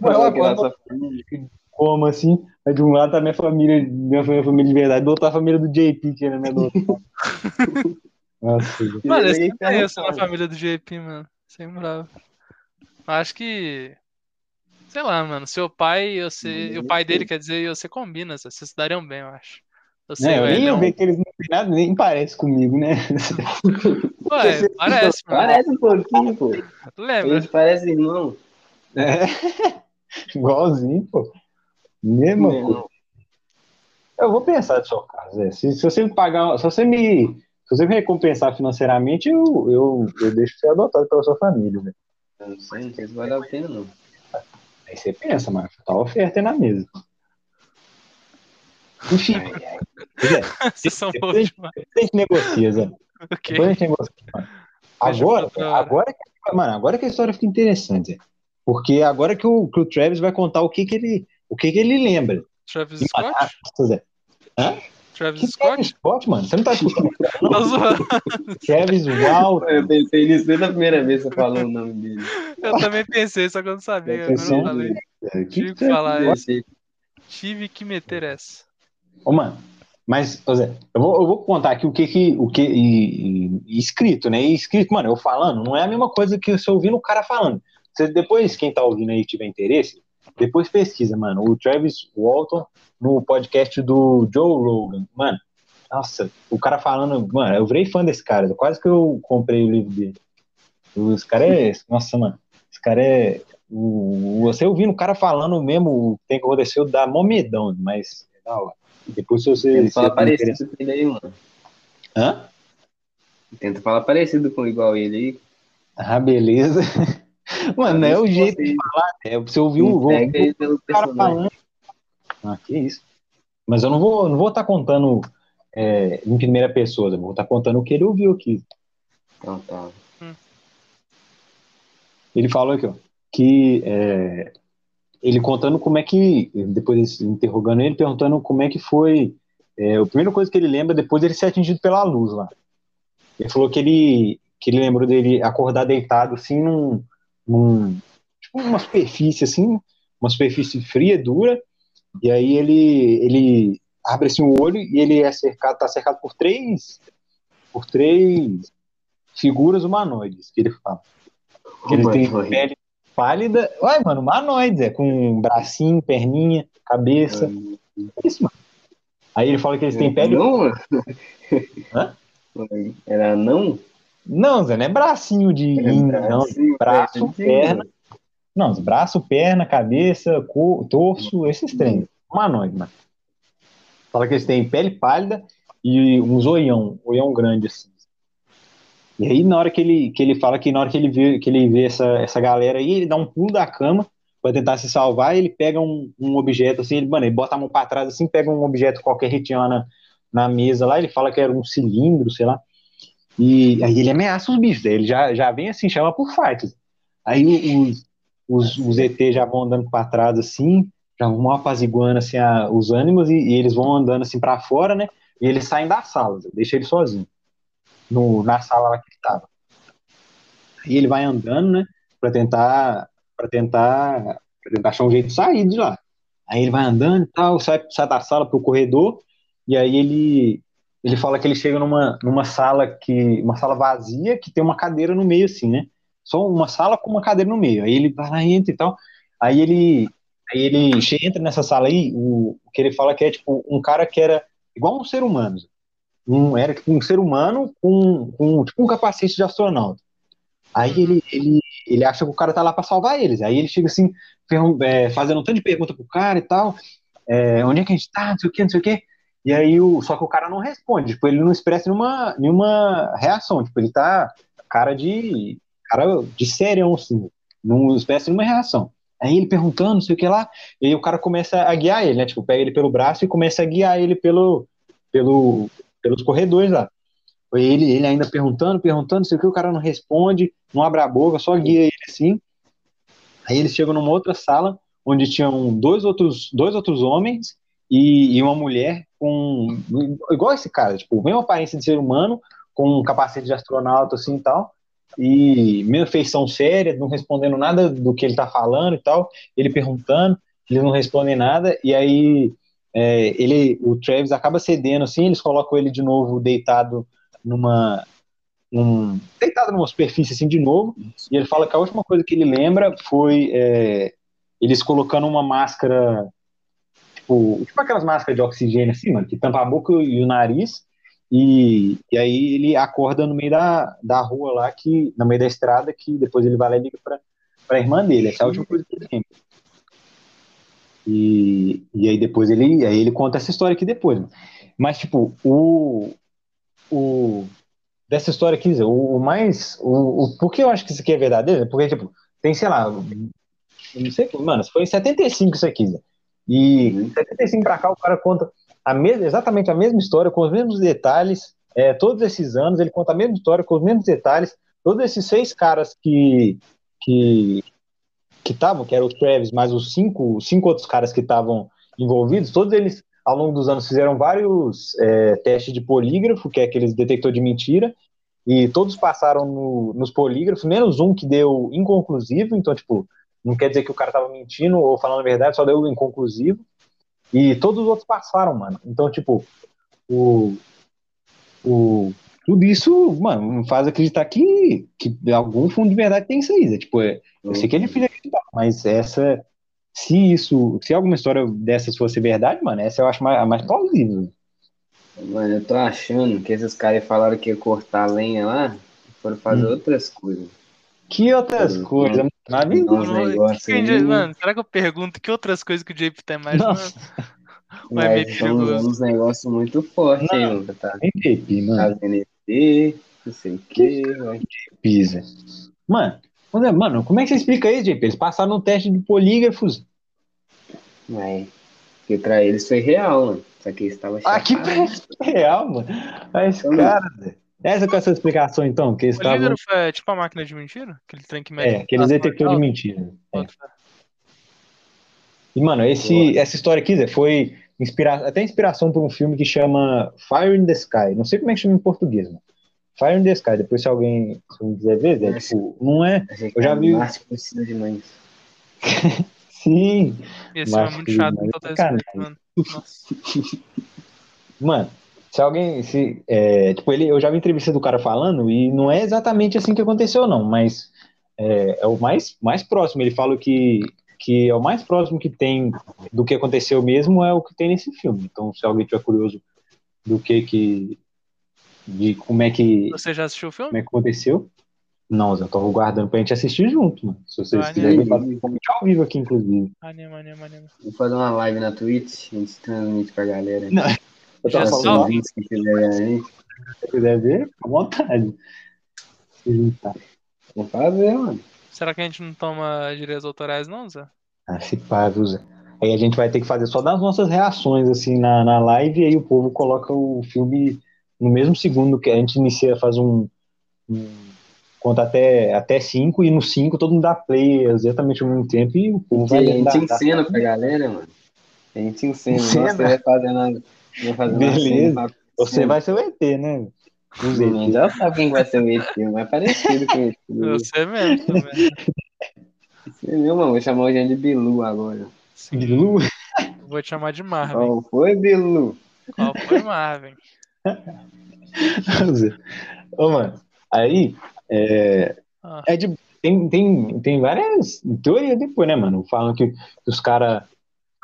Speaker 2: Falar que era
Speaker 1: quando-
Speaker 2: sua família.
Speaker 1: Como assim? Mas De um lado tá minha família, minha fa- minha família de verdade, do outro tá a família do JP, que era minha adotar. Nossa,
Speaker 3: Mano, esse
Speaker 2: Ninguém
Speaker 3: não é isso
Speaker 2: tá
Speaker 3: na família do JP, mano. Sem bravo. Acho que. Sei lá, mano. Seu pai e você.
Speaker 1: Uhum.
Speaker 3: e o pai dele, quer dizer, e você combina. Vocês se dariam bem, eu acho. Você
Speaker 1: né,
Speaker 3: e o
Speaker 1: eu nem ia
Speaker 3: Edão.
Speaker 1: ver que eles não têm nada, nem parece comigo, né?
Speaker 3: Ué, parece, mano.
Speaker 2: Parece um pouquinho, pô. A
Speaker 3: Lembra?
Speaker 2: gente parece irmão.
Speaker 1: É. Igualzinho, pô. Mesma
Speaker 2: Não.
Speaker 1: coisa. Eu vou pensar no seu caso, Zé. Se, se você me pagar, se você me, se você me recompensar financeiramente, eu, eu, eu deixo ser adotado pela sua família, velho.
Speaker 2: Eu Não sei, não sei se vale a pena, não.
Speaker 1: Aí você pensa, mano, tá a oferta aí na mesa. Enfim, Zé,
Speaker 3: Vocês são
Speaker 1: Depois-
Speaker 3: bons demais.
Speaker 1: a gente negocia, Zé.
Speaker 3: Ok.
Speaker 1: Depois a gente negocia. mano.
Speaker 3: Deixa
Speaker 1: Agora,
Speaker 3: pra outra hora.
Speaker 1: agora, que- mano, agora que a história fica interessante, Zé. porque agora que o, que o Travis vai contar o que que ele, o que que ele lembra.
Speaker 3: Travis
Speaker 1: E, mano,
Speaker 3: Scott?
Speaker 1: nossa, Zé,
Speaker 3: Travis
Speaker 1: Que é Travis
Speaker 3: Scott?
Speaker 1: Scott, mano? Você não tá escutando
Speaker 3: Tá zoando.
Speaker 1: Travis Walton?
Speaker 2: Eu pensei nisso desde a primeira vez que você falou o nome dele.
Speaker 3: Eu também pensei, só que eu não sabia.
Speaker 1: Eu
Speaker 3: Agora eu
Speaker 1: pensei,
Speaker 3: falei.
Speaker 1: cara,
Speaker 3: Tive que
Speaker 1: Travis
Speaker 3: falar
Speaker 1: Walton?
Speaker 2: Eu sei.
Speaker 3: Tive que meter essa.
Speaker 1: Ô, mano, mas, ô Zé, eu vou, eu vou contar aqui o que que... O que e, e- e escrito, né? E escrito, mano, eu falando, não é a mesma coisa que você ouvindo o cara falando. Você, depois, quem tá ouvindo aí e tiver interesse, depois pesquisa, mano. O Travis Walton no podcast do Joe Rogan. Mano, nossa, o cara falando... Mano, eu virei fã desse cara. Quase que eu comprei o livro dele. Os caras é... Nossa, mano. Esse cara é... o- você ouvindo o cara falando mesmo o que tem que aconteceu, dá mó medão, mas é da hora. Depois se você.
Speaker 2: Tenta
Speaker 1: se
Speaker 2: falar
Speaker 1: você interessa-
Speaker 2: parecido com ele aí, mano.
Speaker 1: Hã?
Speaker 2: Tenta falar parecido com igual ele aí.
Speaker 1: Ah, beleza. Mano, não é o jeito
Speaker 2: Você
Speaker 1: de falar, né? Você ouviu o, o
Speaker 2: Pega ele pelo
Speaker 1: cara
Speaker 2: personagem.
Speaker 1: falando. né? Ah, que isso. Mas eu não vou não vou estar contando é, em primeira pessoa, eu vou estar contando o que ele ouviu aqui.
Speaker 2: Então tá.
Speaker 1: Ele falou aqui, ó, que é, ele contando como é que, depois eles interrogando ele, perguntando como é que foi, é, a primeira coisa que ele lembra depois dele ser atingido pela luz lá. Ele falou que ele, que ele lembrou dele acordar deitado assim num, num tipo uma superfície assim, uma superfície fria, dura, e aí ele, ele abre assim o olho e ele é cercado, tá cercado por três, por três figuras humanoides, que ele fala. Que eles têm
Speaker 2: Humanoide.
Speaker 1: pele pálida. Uai, mano, humanoides, é, com bracinho, perninha, cabeça. É isso, mano. Aí ele fala que eles têm pele.
Speaker 2: Não, mano.
Speaker 1: Hã?
Speaker 2: Era não?
Speaker 1: Não, Zé, não é bracinho de índio, não.
Speaker 2: Braço,
Speaker 1: braço,
Speaker 2: de-
Speaker 1: perna. Não, os braço, perna, cabeça, cor- torso, esses trem. Humanoide, mano. Fala que eles têm pele pálida e uns zoião, oião grande, assim. E aí, na hora que ele, que ele fala que na hora que ele vê, que ele vê essa, essa galera aí, ele dá um pulo da cama pra tentar se salvar, ele pega um, um objeto assim, ele, mano, ele bota a mão pra trás assim, pega um objeto qualquer que tinha lá na, na mesa lá, ele fala que era um cilindro, sei lá. E aí ele ameaça os bichos, daí ele já, já vem assim, chama por fight. Aí os, os, os ET já vão andando pra trás assim, já vão apaziguando assim, a- os ânimos e, e eles vão andando assim pra fora, né? E eles saem da sala, deixa ele sozinho no, na sala lá que ele tava. Aí ele vai andando, né, Pra tentar para tentar pra tentar achar um jeito de sair de lá. Aí ele vai andando e tal, sai, sai da sala pro corredor e aí ele ele fala que ele chega numa, numa sala que uma sala vazia que tem uma cadeira no meio assim, né? Só uma sala com uma cadeira no meio. Aí ele vai lá, entra e tal. Aí ele aí ele che- entra nessa sala aí, o, o que ele fala que é tipo um cara que era igual um ser humano. Um, era tipo um ser humano com, com tipo um capacete de astronauta. Aí ele, ele, ele acha que o cara tá lá pra salvar eles. Aí ele chega assim, pergun- é, fazendo um tanto de pergunta pro cara e tal. É, onde é que a gente tá? Não sei o que, não sei o que. E aí o, só que o cara não responde, tipo, ele não expressa nenhuma, nenhuma reação. Tipo, ele tá cara de. cara de serião, assim. Não expressa nenhuma reação. Aí ele perguntando, não sei o que lá, e aí o cara começa a guiar ele, né? Tipo, pega ele pelo braço e começa a guiar ele pelo, pelo, pelos corredores lá. Foi ele, ele ainda perguntando, perguntando, não sei o que, o cara não responde, não abre a boca, só guia ele assim. Aí eles chegam numa outra sala onde tinham dois outros, dois outros homens e, e uma mulher com. igual esse cara, tipo, mesma aparência de ser humano, com um capacete de astronauta assim e tal. E meio feição séria, não respondendo nada do que ele tá falando e tal. Ele perguntando, eles não respondem nada, e aí é, ele, o Travis acaba cedendo, assim, eles colocam ele de novo deitado numa. Um, deitado numa superfície assim de novo, e ele fala que a última coisa que ele lembra foi é, eles colocando uma máscara, tipo, tipo aquelas máscaras de oxigênio assim, mano, que tampa a boca e o nariz, e, e aí ele acorda no meio da, da rua lá, que, no meio da estrada, que depois ele vai lá e liga pra, pra irmã dele. Essa é a última coisa que ele lembra. E, e aí depois ele, aí ele conta essa história aqui depois. Mano. Mas, tipo, o, o dessa história aqui, o, o mais. O, o, por que eu acho que isso aqui é verdadeiro? Porque, tipo, tem, sei lá, eu não sei, mano, foi em 75 isso aqui. Zé. E em 75 pra cá o cara conta a mes, exatamente a mesma história, com os mesmos detalhes, é, todos esses anos, ele conta a mesma história, com os mesmos detalhes, todos esses seis caras que. que que estavam, que era o Travis, mais os cinco, cinco outros caras que estavam envolvidos, todos eles, ao longo dos anos, fizeram vários é, testes de polígrafo, que é aqueles detector de mentira, e todos passaram no, nos polígrafos, menos um que deu inconclusivo, então, tipo, não quer dizer que o cara tava mentindo ou falando a verdade, só deu inconclusivo, e todos os outros passaram, mano. Então, tipo, o... o tudo isso, mano, faz acreditar que, que algum fundo de verdade tem isso aí. Né? Tipo, é, eu sei que
Speaker 2: Uhum.
Speaker 1: é difícil acreditar, mas essa, se isso, se alguma história dessas fosse verdade, mano, essa eu acho mais, a mais plausível.
Speaker 2: Mano, eu tô achando que esses caras falaram que ia cortar a lenha lá, foram fazer
Speaker 1: Hum.
Speaker 2: outras coisas.
Speaker 1: Que outras
Speaker 2: Hum.
Speaker 1: coisas, mano, nada a ver.
Speaker 3: Uhum.
Speaker 2: Não, Uns negócios
Speaker 3: Que que o J-
Speaker 2: aí.
Speaker 3: mano, será que eu pergunto que outras coisas que o JP tem mais?
Speaker 1: Não.
Speaker 3: mano?
Speaker 1: é
Speaker 3: Vai
Speaker 2: Mas
Speaker 3: bem
Speaker 2: são
Speaker 3: perigoso.
Speaker 2: uns negócios muito fortes aí, mano, tá
Speaker 1: Nem pepi, mano.
Speaker 2: fazendo ET, não sei o quê. né? vai-
Speaker 1: Pisa. Mano, mas é- mano, como é que você explica isso, JP? Eles passaram no teste de polígrafos.
Speaker 2: Mas, porque pra eles foi real, mano. Só que eles estavam
Speaker 1: Ah, que real, mano. Mas,
Speaker 2: Hum.
Speaker 1: cara, velho, essa com essa explicação, então, que eles
Speaker 3: O Ah, Polígrafo
Speaker 1: estavam.
Speaker 3: é tipo a máquina de mentira? Aquele trem que mede.
Speaker 1: É, aqueles detectores de mentira. É. E, mano, esse,
Speaker 2: Boa.
Speaker 1: essa história aqui Zé, foi inspira até inspiração por um filme que chama Fire in the Sky. Não sei como é que chama em português, mano. Fire in the Sky. Depois, se alguém, se alguém quiser ver, Zé,
Speaker 2: Nossa.
Speaker 1: tipo, não é.
Speaker 2: Eu já vi. Marte precisa de mães.
Speaker 1: Sim.
Speaker 3: Esse filme é
Speaker 1: Mas,
Speaker 3: muito chato,
Speaker 1: mas
Speaker 3: com todo
Speaker 1: é sacanagem.
Speaker 3: respeito, mano. Nossa.
Speaker 1: Mano, se alguém. Se, é, tipo, ele, eu já vi entrevista do cara falando e não é exatamente assim que aconteceu, não, mas é, é o mais, mais próximo. Ele fala que, que é o mais próximo que tem do que aconteceu mesmo é o que tem nesse filme. Então, se alguém tiver curioso do que que. de como é que,
Speaker 3: Você já assistiu o filme?
Speaker 1: como é que aconteceu. Não, Zé, eu tô guardando pra gente assistir junto, mano. Se vocês
Speaker 3: Vai, né?
Speaker 1: quiserem, eu faço totalmente ao vivo aqui, inclusive.
Speaker 3: Anima, anima, anima.
Speaker 2: Vou fazer uma live na Twitch, a gente transmite pra galera.
Speaker 1: Não, Eu
Speaker 3: Já
Speaker 1: tava
Speaker 2: Pra
Speaker 3: só-
Speaker 2: os
Speaker 1: falando,
Speaker 2: ouvintes que quiserem aí.
Speaker 1: se quiser ver, fica à vontade. Se juntar.
Speaker 2: Vou fazer, mano.
Speaker 3: Será que a gente não toma direitos autorais, não, Zé?
Speaker 1: Ah, se pá, viu, Zé? Aí a gente vai ter que fazer só das nossas reações, assim, na, na live, e aí o povo coloca o filme no mesmo segundo que a gente inicia, faz um. um- conta até, até cinco, e no cinco todo mundo dá play exatamente ao mesmo tempo, e o povo
Speaker 2: a
Speaker 1: vai
Speaker 2: gente
Speaker 1: dar- tá?
Speaker 2: ensina pra galera, mano. A gente ensina.
Speaker 1: Ensina.
Speaker 2: Nossa, vai fazendo uma- vai fazendo uma
Speaker 1: Beleza.
Speaker 2: cena pra-
Speaker 1: Você vai ser o ET, né? Os ET.
Speaker 2: Não, Já sabe quem vai ser o ET, mas é parecido com o ET.
Speaker 1: Hum.
Speaker 3: Você mesmo também. né?
Speaker 2: Meu, mano, vou chamar o Jean de Bilu agora.
Speaker 3: Sim,
Speaker 1: De lua.
Speaker 3: vou te chamar de Marvin.
Speaker 2: Qual foi, Bilu?
Speaker 3: Qual foi Marvin?
Speaker 1: Ô, mano, aí. É,
Speaker 3: Ah,
Speaker 1: É de, tem, tem, tem várias teorias depois, né, mano? Falam que, que os caras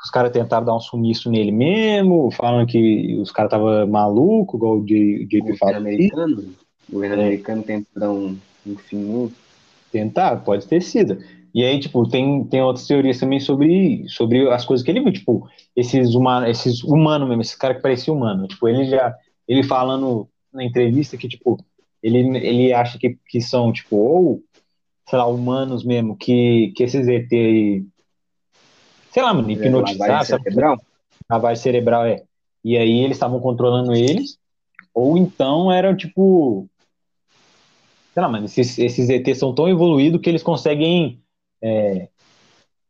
Speaker 1: os cara tentaram dar um sumiço nele mesmo, falam que os caras tava maluco, igual o J- né? JP
Speaker 2: Governo
Speaker 1: falou. E
Speaker 2: americano?
Speaker 1: É.
Speaker 2: Governo americano tenta dar um, um fininho.
Speaker 1: Tentar, pode ter sido. E aí, tipo, tem, tem outras teorias também sobre, sobre as coisas que ele viu, tipo, esses humanos, esses humanos mesmo, esse cara que parecia humano. Tipo, ele já. Ele falando na entrevista que, tipo, ele, ele acha que, que são, tipo, ou, sei lá, humanos mesmo, que, que esses ET aí. Sei lá, mano,
Speaker 2: É,
Speaker 1: hipnotizados,
Speaker 2: Lavagem
Speaker 1: sabe?
Speaker 2: cerebral?
Speaker 1: lavagem cerebral é. E aí eles estavam controlando eles, Ou então eram tipo. Sei lá, mano, esses, esses ETs são tão evoluídos que eles conseguem. é,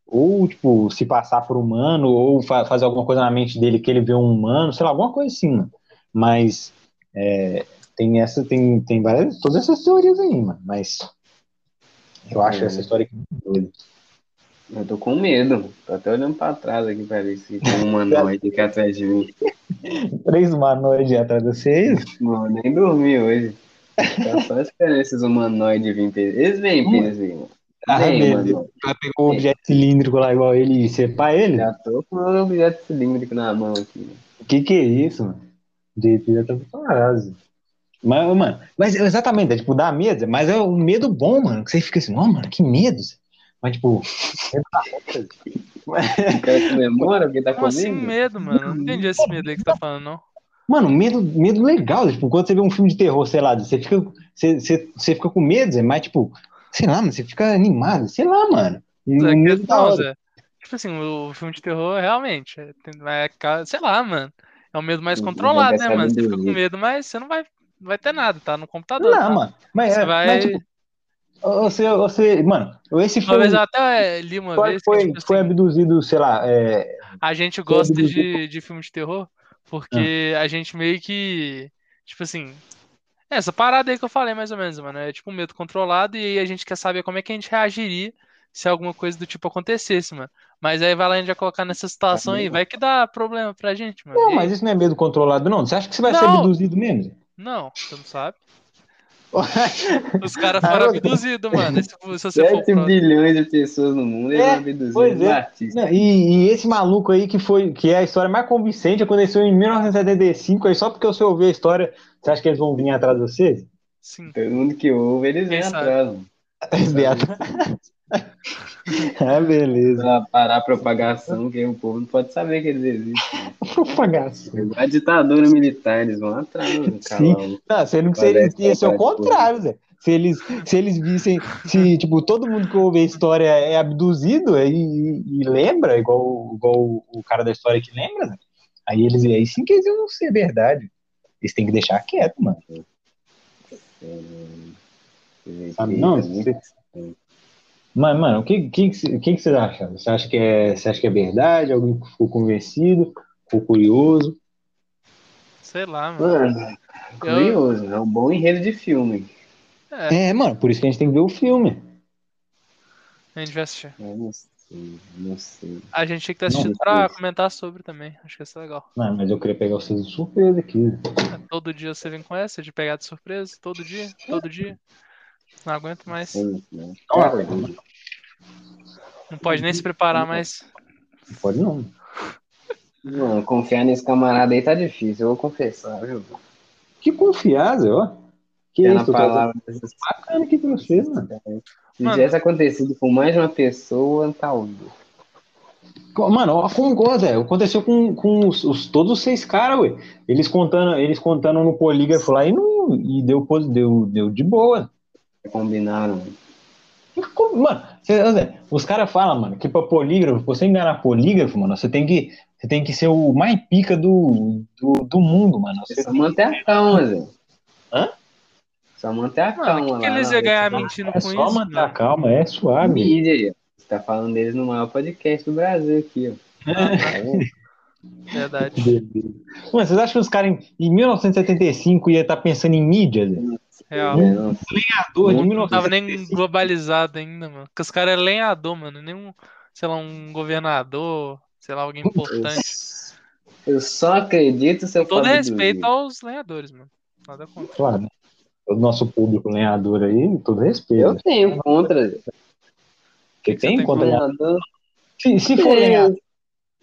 Speaker 1: ou, tipo, se passar por humano, ou fa- fazer alguma coisa na mente dele que ele vê um humano, sei lá, alguma coisa assim, mano. Mas. é, tem essa, tem, tem várias. Todas essas teorias aí, mano. Mas. Eu acho
Speaker 2: É.
Speaker 1: essa história aqui muito doida.
Speaker 2: Eu tô com medo. Tô até olhando pra trás aqui pra ver se tem um humanoide aqui atrás de mim.
Speaker 1: Três humanoides atrás de vocês.
Speaker 2: Mano, nem dormi hoje. Tá só esperando esses humanoides virem. Eles vêm, Pires, vem, mano.
Speaker 1: Hum. Ah,
Speaker 2: Vem,
Speaker 1: beleza.
Speaker 2: mano.
Speaker 1: Vai pegar um objeto cilíndrico lá igual ele e separar ele?
Speaker 2: Já tô com o objeto cilíndrico na mão aqui. né?
Speaker 1: O que que é isso, mano? JP já tá preparado. Mas, mano, mas exatamente, é, tipo, dá medo, mas é um medo bom, mano, que você fica assim, ó, mano, que medo. Zé." Mas, tipo,
Speaker 2: O cara comemora porque tá
Speaker 3: Como assim
Speaker 2: comigo?
Speaker 3: medo, mano? Não entendi esse medo aí que tá falando, não.
Speaker 1: mano, medo, medo legal, tipo, quando você vê um filme de terror, sei lá, você fica, você, você, você fica com medo, Zé, mas, tipo, sei lá, mano, você fica animado, sei lá, mano. Um
Speaker 3: Zé,
Speaker 1: medo
Speaker 3: que
Speaker 1: da
Speaker 3: não,
Speaker 1: hora.
Speaker 3: Zé. é Tipo assim, o filme de terror realmente é, tem- é ca- sei lá, mano. É um medo mais
Speaker 2: Não, não
Speaker 3: controlado, né,
Speaker 2: vai
Speaker 3: mano? Você
Speaker 2: saber
Speaker 3: fica com
Speaker 2: dormir.
Speaker 3: medo, mas você não vai, não vai ter nada, tá no computador. tá?
Speaker 1: Não, mano, mas,
Speaker 3: Você
Speaker 1: é,
Speaker 3: vai.
Speaker 1: mas, tipo, você, você, mano, esse
Speaker 3: Uma
Speaker 1: foi,
Speaker 3: vez eu até li uma
Speaker 1: foi,
Speaker 3: vez que,
Speaker 1: foi,
Speaker 3: tipo assim,
Speaker 1: foi abduzido, sei lá, é,
Speaker 3: a gente gosta
Speaker 1: abduzido.
Speaker 3: de, de filme de terror porque a gente meio que. Tipo assim. é Essa parada aí que eu falei, mais ou menos, mano. É tipo um medo controlado e aí a gente quer saber como é que a gente reagiria se alguma coisa do tipo acontecesse, mano. Mas aí vai lá a gente vai colocar nessa situação aí, vai que dá problema pra gente, mano. E
Speaker 1: Não,
Speaker 3: aí-
Speaker 1: mas isso não é medo controlado, não. Você acha que você vai ser
Speaker 3: Não.
Speaker 1: abduzido mesmo? Zé?
Speaker 3: Não, você não sabe. Os caras foram
Speaker 1: Garoto.
Speaker 3: abduzidos, mano. Se, se você for
Speaker 2: 7
Speaker 3: pro...
Speaker 2: bilhões de pessoas no mundo, ele
Speaker 1: É,
Speaker 2: vai abduzir
Speaker 1: pois
Speaker 2: um
Speaker 1: é.
Speaker 2: artista.
Speaker 1: Não, e, e esse maluco aí que foi, que é a história mais convincente, aconteceu em 1975, aí só porque você ouviu a história, você acha que eles vão vir atrás de você?
Speaker 3: Sim.
Speaker 2: Todo mundo que ouve, eles vêm
Speaker 3: Quem sabe?
Speaker 2: atrás. mano.
Speaker 1: Eles vêm atrás. Ah, beleza.
Speaker 2: Pra parar a propagação, que o povo não pode saber que eles existem.
Speaker 1: Propagação.
Speaker 2: A ditadura militar, eles vão atrás, mano, calão.
Speaker 1: Não, sendo que se
Speaker 2: Mas
Speaker 1: eles
Speaker 2: é,
Speaker 1: ia ser o
Speaker 2: é,
Speaker 1: contrário, Zé. Se eles, se eles vissem, se tipo, todo mundo que ouve a história é abduzido e, e lembra, igual, igual o, o cara da história que lembra, Zé, aí eles aí sim que eles iam ser verdade. Eles têm que deixar quieto, mano. Sabe, Ah, não? Você- Mano, mano, o que, que, que, que vocês acham? Você acha que é, você acha que é verdade? Alguém ficou convencido? Ficou curioso?
Speaker 3: Sei lá, mano.
Speaker 2: Mano, né? curioso, é um bom enredo de filme.
Speaker 3: É,
Speaker 1: É, mano, por isso que a gente tem que ver o filme.
Speaker 3: a gente vai assistir.
Speaker 2: Eu não sei, eu não sei.
Speaker 3: A gente tinha que ter
Speaker 1: Não,
Speaker 3: assistido
Speaker 1: mas
Speaker 3: pra
Speaker 1: foi.
Speaker 3: comentar sobre também. Acho que ia ser legal.
Speaker 1: Mano, mas eu queria pegar vocês de surpresa aqui. Zé.
Speaker 3: Todo dia você vem com essa de pegar de surpresa. Todo dia, todo dia. Não aguento mais.
Speaker 2: Eu não sei.
Speaker 1: Olha,
Speaker 3: Não pode nem se preparar mais.
Speaker 1: Não pode não.
Speaker 2: Mano, confiar nesse camarada aí tá difícil, eu vou confessar, viu?
Speaker 1: Que confiança, ó. Que
Speaker 2: Que
Speaker 1: isso, tá né?
Speaker 2: É na
Speaker 1: eu tô
Speaker 2: palavra. né?
Speaker 1: bacana aqui pra vocês, mano.
Speaker 2: Se
Speaker 3: Mano.
Speaker 2: tivesse acontecido com mais de uma pessoa, tá talvez.
Speaker 1: Co- Mano, ó, como gosta, é. aconteceu com, com os, os- todos os seis caras, ué. Eles contando, eles contando no polígrafo lá e, não, e deu, pos- deu, deu de boa.
Speaker 2: Combinaram.
Speaker 1: E como- Mano, cê- ô, Zé, os caras falam, mano, que pra polígrafo, pra você enganar polígrafo, mano, você tem que, você tem que ser o mais pica do, do, do mundo, mano. Você
Speaker 2: Só manter a calma, Zé.
Speaker 1: Hã?
Speaker 2: Só manter a
Speaker 3: Mano,
Speaker 2: calma
Speaker 3: o Ah, que, que
Speaker 2: lá
Speaker 3: eles
Speaker 2: na
Speaker 3: iam
Speaker 2: hora
Speaker 3: ganhar
Speaker 2: que
Speaker 3: mentindo
Speaker 1: é
Speaker 3: com
Speaker 1: só
Speaker 3: isso? né?
Speaker 1: manter a
Speaker 3: mano?
Speaker 1: calma, é
Speaker 2: tá na
Speaker 1: suave.
Speaker 2: Mídia aí, ó. Você tá falando deles no maior podcast do Brasil aqui, ó. Tá
Speaker 1: É,
Speaker 2: vendo?
Speaker 3: Verdade.
Speaker 1: Mano, vocês acham que os caras em, em 1975 ia estar pensando em mídia, Zé?
Speaker 3: Real.
Speaker 2: É, não,
Speaker 1: Lenhador de
Speaker 3: Não tava nem
Speaker 1: 1975.
Speaker 3: globalizado ainda, mano. Porque os caras é lenhador, mano. Nenhum, sei lá, um governador, sei lá, alguém importante.
Speaker 2: eu só acredito se eu
Speaker 3: Todo
Speaker 2: for abduzido.
Speaker 3: respeito aos lenhadores, mano. Nada contra.
Speaker 1: Claro, né? O nosso público lenhador aí, todo respeito. né?
Speaker 2: Eu tenho contra. Zé.
Speaker 1: Porque
Speaker 3: você
Speaker 1: tem
Speaker 3: tem
Speaker 1: conta lenhador.
Speaker 2: Governador,
Speaker 1: tá Se, se for lenhador,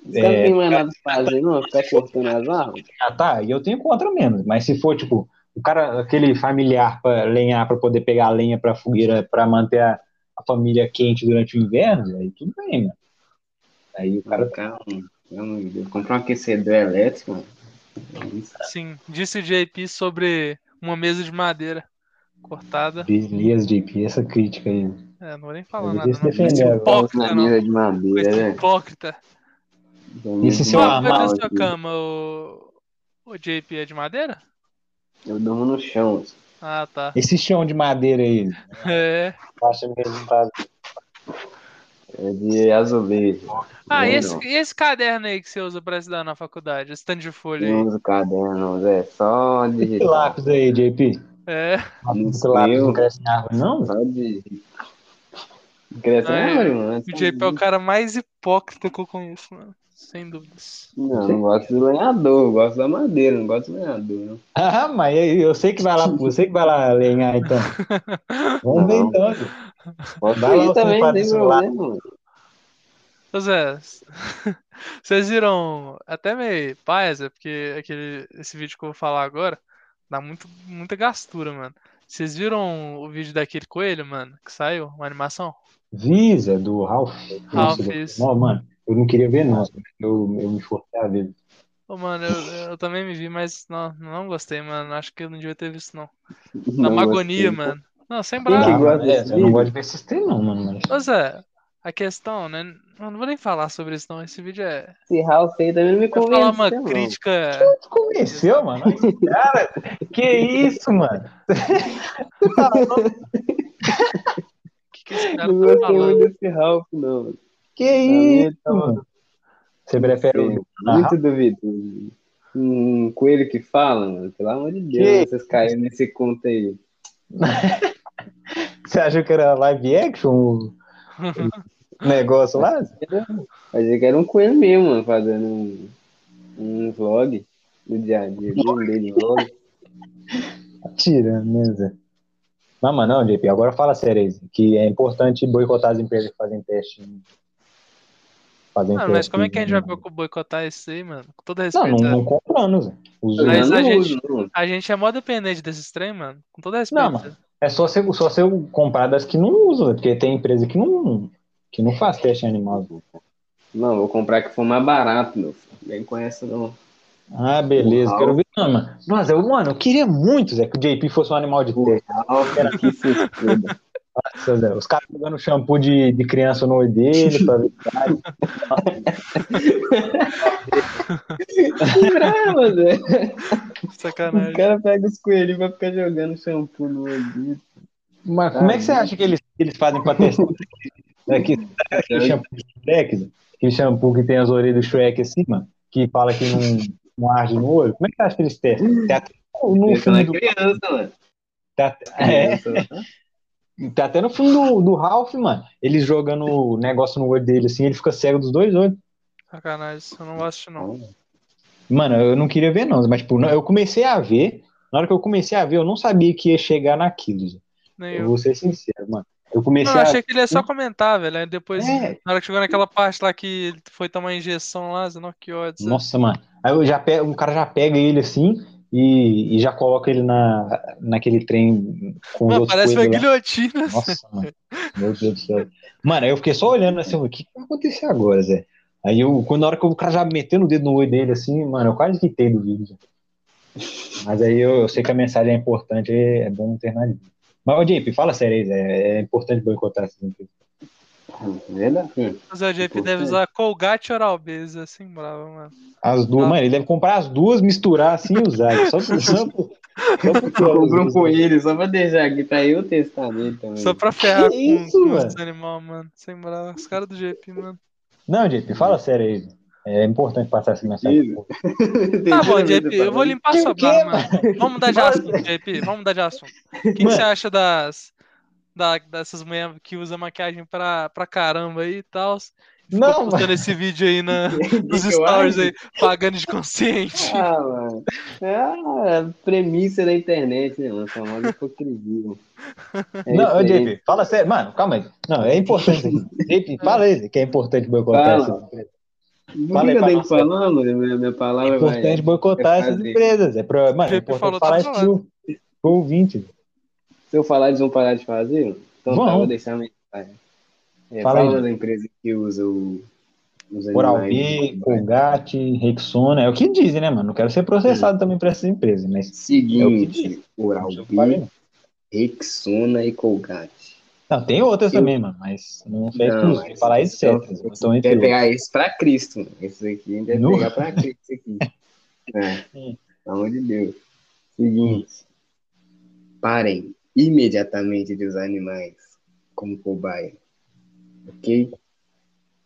Speaker 2: Os caras não tem
Speaker 3: É.
Speaker 2: mais nada pra fazer, não? Ficar cortando as árvores?
Speaker 1: tá, eu tenho contra menos. Mas se for, tipo, o cara, aquele familiar pra lenhar, pra poder pegar a lenha pra fogueira, pra manter a, a família quente durante o inverno, aí tudo bem, né? Aí o cara.
Speaker 2: Calma, pelo amor de Deus. Comprar um aquecedor elétrico, mano. É isso.
Speaker 3: Sim, disse o JP sobre uma mesa de madeira
Speaker 1: tá
Speaker 3: cortada.
Speaker 1: Beleza, JP, essa crítica aí.
Speaker 3: É, não vou nem
Speaker 1: Eu
Speaker 3: falar nada,
Speaker 1: devia se
Speaker 3: não.
Speaker 1: defender agora.
Speaker 2: Na
Speaker 3: Hipócrita,
Speaker 2: é
Speaker 3: não.
Speaker 2: mesa de madeira,
Speaker 3: Coisa
Speaker 2: né? é
Speaker 3: hipócrita.
Speaker 1: Isso se eu
Speaker 3: Qual
Speaker 1: armar
Speaker 3: foi a
Speaker 1: Normal,
Speaker 3: sua cama, o... o JP é de madeira?
Speaker 2: Eu durmo no chão. assim.
Speaker 3: Ah, tá.
Speaker 1: Esse chão de madeira aí,
Speaker 3: É.
Speaker 1: acha que eles não fazem?
Speaker 2: É de azulejo.
Speaker 3: Ah, e
Speaker 2: Não,
Speaker 3: esse,
Speaker 2: não.
Speaker 3: e esse caderno aí que você usa pra estudar na faculdade? Esse tanto de folha
Speaker 2: Não
Speaker 3: aí.
Speaker 2: uso caderno, é só
Speaker 1: Esse
Speaker 2: digital.
Speaker 1: lápis aí, JP.
Speaker 3: É.
Speaker 1: Esse lápis
Speaker 2: Meu.
Speaker 1: não cresce em árvore, não?
Speaker 2: Só de. Cresce
Speaker 3: Ah, é.
Speaker 2: árvore, mano.
Speaker 3: O JP é o cara mais hipócrita que eu conheço, mano. Sem dúvidas.
Speaker 2: Não, não gosto do lenhador, eu gosto da madeira, não gosto do lenhador. Não.
Speaker 1: Ah, mas aí eu sei que vai lá, você que vai lá lenhar, então. Vamos ver
Speaker 2: Não.
Speaker 1: então.
Speaker 2: Posso
Speaker 1: Vai lá,
Speaker 2: ir
Speaker 1: você
Speaker 2: também, não
Speaker 1: faz
Speaker 2: tem
Speaker 1: isso
Speaker 2: problema. mano.
Speaker 3: Ô Zé, vocês viram até meio paia, Zé, porque aquele, esse vídeo que eu vou falar agora dá muito, muita gastura, mano. Vocês viram o vídeo daquele coelho, mano, que saiu? Uma animação?
Speaker 1: Visa é do Ralph.
Speaker 3: Ralph,
Speaker 1: Nossa,
Speaker 3: isso.
Speaker 1: Não, mano, eu não queria ver, não. Eu, eu me forcei a ver.
Speaker 3: Ô, mano, eu, eu também me vi, mas não, não gostei, mano. Acho que eu não devia ter visto, não. Dá
Speaker 2: Não
Speaker 3: uma
Speaker 2: gostei.
Speaker 3: agonia, mano. Não, sem
Speaker 1: Ah,
Speaker 2: que
Speaker 3: bravo.
Speaker 2: gosta
Speaker 1: mano, é, eu
Speaker 2: desse
Speaker 1: não
Speaker 2: vídeo?
Speaker 1: gosto de ver esses trem, não, mano. mas-
Speaker 3: Ô Zé, a questão, né? Eu não vou nem falar sobre isso, não. Esse vídeo é.
Speaker 2: Esse Ralph aí também não me
Speaker 3: Vou
Speaker 2: convence.
Speaker 3: falar
Speaker 1: é
Speaker 3: uma
Speaker 2: não.
Speaker 3: crítica.
Speaker 1: Tu convenceu, mano? Esse Cara, que isso, mano?
Speaker 3: O que, que esse cara
Speaker 2: Não
Speaker 3: tá
Speaker 2: gostei muito
Speaker 3: falando?
Speaker 2: desse Ralph, não.
Speaker 1: Que
Speaker 2: Também
Speaker 1: isso,
Speaker 2: tá uma
Speaker 1: mano? Você prefere o
Speaker 2: Muito duvido. Um coelho que fala, mano. Pelo amor de Deus,
Speaker 1: Que?
Speaker 2: vocês caíram nesse conto aí.
Speaker 1: Você achou que era live action? O o negócio lá?
Speaker 2: Achei que era um coelho mesmo, mano, fazendo um, um vlog do dia a dia. dele, Um daily vlog.
Speaker 1: Tirando, né, Zé? Não, mas não, JP, agora fala sério aí, Zé, que é importante boicotar as empresas que fazem teste. em- Fazem
Speaker 3: Mano,
Speaker 1: teste
Speaker 3: mas como é que a gente vai
Speaker 1: em-
Speaker 3: boico- boicotar isso aí, mano? Com todo respeito.
Speaker 1: Não, não,
Speaker 3: Zé.
Speaker 1: não comprando, Zé. Os-
Speaker 3: Mas
Speaker 2: Eu
Speaker 3: a
Speaker 2: não
Speaker 3: gente-
Speaker 2: uso, não.
Speaker 3: A gente é mó dependente desses trem, mano. Com todo respeito.
Speaker 1: Não,
Speaker 3: Zé.
Speaker 1: É só você só você comprar das que não usam, Zé, porque tem empresa que não, que não faz teste em animal. Zé.
Speaker 2: Não, vou comprar que for mais barato, meu filho. Nem conheço, não.
Speaker 1: Ah, beleza,
Speaker 2: Uau.
Speaker 1: quero ver. Não, mano. Nossa, eu, mano, eu queria muito, Zé, que o JP fosse um animal de teste.
Speaker 2: Ralph, que se foda.
Speaker 1: Nossa, Zé, os caras jogando shampoo de, de criança no olho dele, pra ver.
Speaker 2: Que brava, Zé. é. O
Speaker 3: Sacanagem.
Speaker 2: cara pega os coelhos e vai ficar jogando shampoo no ouvido.
Speaker 1: Mas como é que você acha que eles, que eles fazem pra testar? É que, aquele shampoo de Shrek, Zé? aquele shampoo que tem as orelhas do Shrek assim, mano, que fala que não, não arde no olho. Como é que você acha que eles testam? Tem até
Speaker 3: Hum.
Speaker 1: no
Speaker 2: Pensa
Speaker 1: filme
Speaker 2: na
Speaker 1: um do,
Speaker 2: criança, mano.
Speaker 1: tá- é,
Speaker 2: Criança.
Speaker 1: Tá até no filme do, do Ralph, mano. Ele jogando o negócio no olho dele, assim, ele fica cego dos dois olhos.
Speaker 3: Sacanagem. Isso eu não gosto, não.
Speaker 1: Mano, eu não queria ver, não. Mas, tipo, não- eu comecei a ver. Na hora que eu comecei a ver, eu não sabia que ia chegar naquilo. Zé.
Speaker 3: Nem
Speaker 1: Eu
Speaker 3: eu.
Speaker 1: vou ser sincero, mano. Eu
Speaker 3: Não,
Speaker 1: comecei
Speaker 3: eu
Speaker 1: a.
Speaker 3: achei que ele ia só comentar, velho. Aí depois,
Speaker 1: É.
Speaker 3: na hora que chegou naquela parte lá que ele foi tomar injeção lá, Zé, não, que ódio. Zé.
Speaker 1: Nossa, mano. Aí eu já pego, um cara já pega ele assim e, e já coloca ele na, naquele trem com os
Speaker 3: Mano,
Speaker 1: outros
Speaker 3: parece uma
Speaker 1: coelhos lá.
Speaker 3: guilhotina.
Speaker 1: Nossa, mano. Meu Deus do céu. Mano, aí eu fiquei só olhando assim, o que que vai acontecer agora, Zé? Aí eu, quando na hora que o cara já metendo o dedo no olho dele, assim, mano, eu quase quitei do vídeo. Zé. Mas aí eu, eu sei que a mensagem é importante, é é bom não ter nada. de- Mas, ô, JP, fala sério aí, Zé. É importante boicotar essas empresas.
Speaker 2: Verdade.
Speaker 3: Mas o JP deve
Speaker 1: é.
Speaker 2: Importante.
Speaker 3: usar Colgate e Oral-B, Zé, assim, brava, mano.
Speaker 1: As duas,
Speaker 3: Ah.
Speaker 1: mano, ele deve comprar as duas, misturar assim e usar. Só por só por- só por-
Speaker 2: Comprou um coelho só pra deixar aqui tá pra eu testar nele também.
Speaker 3: Só Tá pra ferrar com,
Speaker 1: É. isso,
Speaker 3: com
Speaker 1: mano?
Speaker 3: os animais, mano. Sem brava. Os caras do JP, mano.
Speaker 1: Não, JP, fala sério aí. Zé. É importante passar essa mensagem.
Speaker 3: Tá bom, JP, eu vou limpar
Speaker 1: Que é,
Speaker 3: sua
Speaker 1: o quê,
Speaker 3: barra, mano. Vamos mudar de assunto, JP. Vamos mudar de assunto. O que, que
Speaker 1: Mano.
Speaker 3: você acha das, da- dessas mulheres que usam maquiagem pra, pra caramba aí e tal?
Speaker 1: Não, mano.
Speaker 3: postando esse vídeo aí na, nos
Speaker 2: eu
Speaker 3: stories
Speaker 2: acho?
Speaker 3: aí, pagando de consciente.
Speaker 2: Ah, mano. Ah, a premissa da internet, né, mano? A famosa hipocrisia. É
Speaker 1: não, ô,
Speaker 2: isso aí.
Speaker 1: JP, fala sério. Mano, calma aí. Não, é importante isso aqui. JP, fala aí que é importante boicotar
Speaker 2: Fala.
Speaker 1: essas empresas.
Speaker 2: Não
Speaker 1: Fala aí
Speaker 2: fica
Speaker 1: pra
Speaker 2: bem
Speaker 1: nós.
Speaker 2: falando, né? minha, minha
Speaker 1: É
Speaker 2: palavra vai.
Speaker 1: importante boicotar
Speaker 2: é
Speaker 1: essas
Speaker 2: fazer.
Speaker 1: empresas. É pra, mano, é
Speaker 3: JP falou,
Speaker 1: importante
Speaker 3: tá
Speaker 1: falar isso
Speaker 3: falando.
Speaker 1: pro pro ouvinte.
Speaker 2: Se eu falar, eles vão parar de fazer? mano? Então tá,
Speaker 1: Vão.
Speaker 2: vou deixar a mensagem. É,
Speaker 1: Fala aí.
Speaker 2: fala da empresa que usa o, os
Speaker 1: Oral-B,
Speaker 2: animais.
Speaker 1: Colgate, Rexona. É o que dizem, né, mano? Não quero ser processado também pra essas empresas, mas.
Speaker 2: Seguinte, Oral-B,
Speaker 1: Não,
Speaker 2: Rexona e Colgate.
Speaker 1: Não, tem outras
Speaker 2: Eu-
Speaker 1: também, mano, mas não sei
Speaker 2: Não,
Speaker 1: exclusivo.
Speaker 2: mas-
Speaker 1: Falar isso
Speaker 2: então,
Speaker 1: certo. Então,
Speaker 2: Deve
Speaker 1: entre
Speaker 2: pegar esse pra Cristo. mano. Esse aqui ainda deve
Speaker 1: Nu.
Speaker 2: pegar pra Cristo. esse Aqui. É,
Speaker 1: Sim.
Speaker 2: pelo amor de Deus. Seguinte. Parem imediatamente dos animais como cobaia. Ok?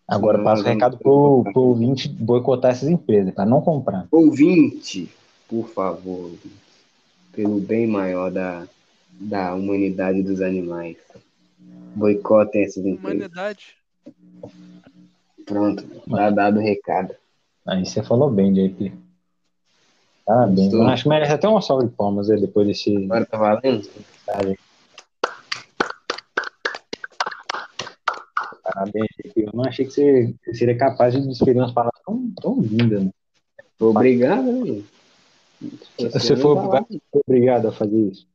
Speaker 1: Agora
Speaker 2: Não,
Speaker 1: passa o
Speaker 2: não.
Speaker 1: recado pro, pro ouvinte boicotar essas empresas, para não comprar.
Speaker 2: Ouvinte, por favor, pelo bem maior da, da humanidade dos animais, boicotem essas empresas.
Speaker 3: Humanidade.
Speaker 2: Pronto, tá dado o recado.
Speaker 1: Aí você falou bem, JP. Parabéns.
Speaker 2: Gostou?
Speaker 1: Eu acho que merece até uma salva de palmas aí depois desse.
Speaker 2: Agora tá valendo?
Speaker 1: Parabéns, JP. Eu não achei que você você seria capaz de despedir umas palavras tão, tão lindas. Né?
Speaker 2: Obrigado, né?
Speaker 1: Você foi obrigado, obrigado a fazer isso.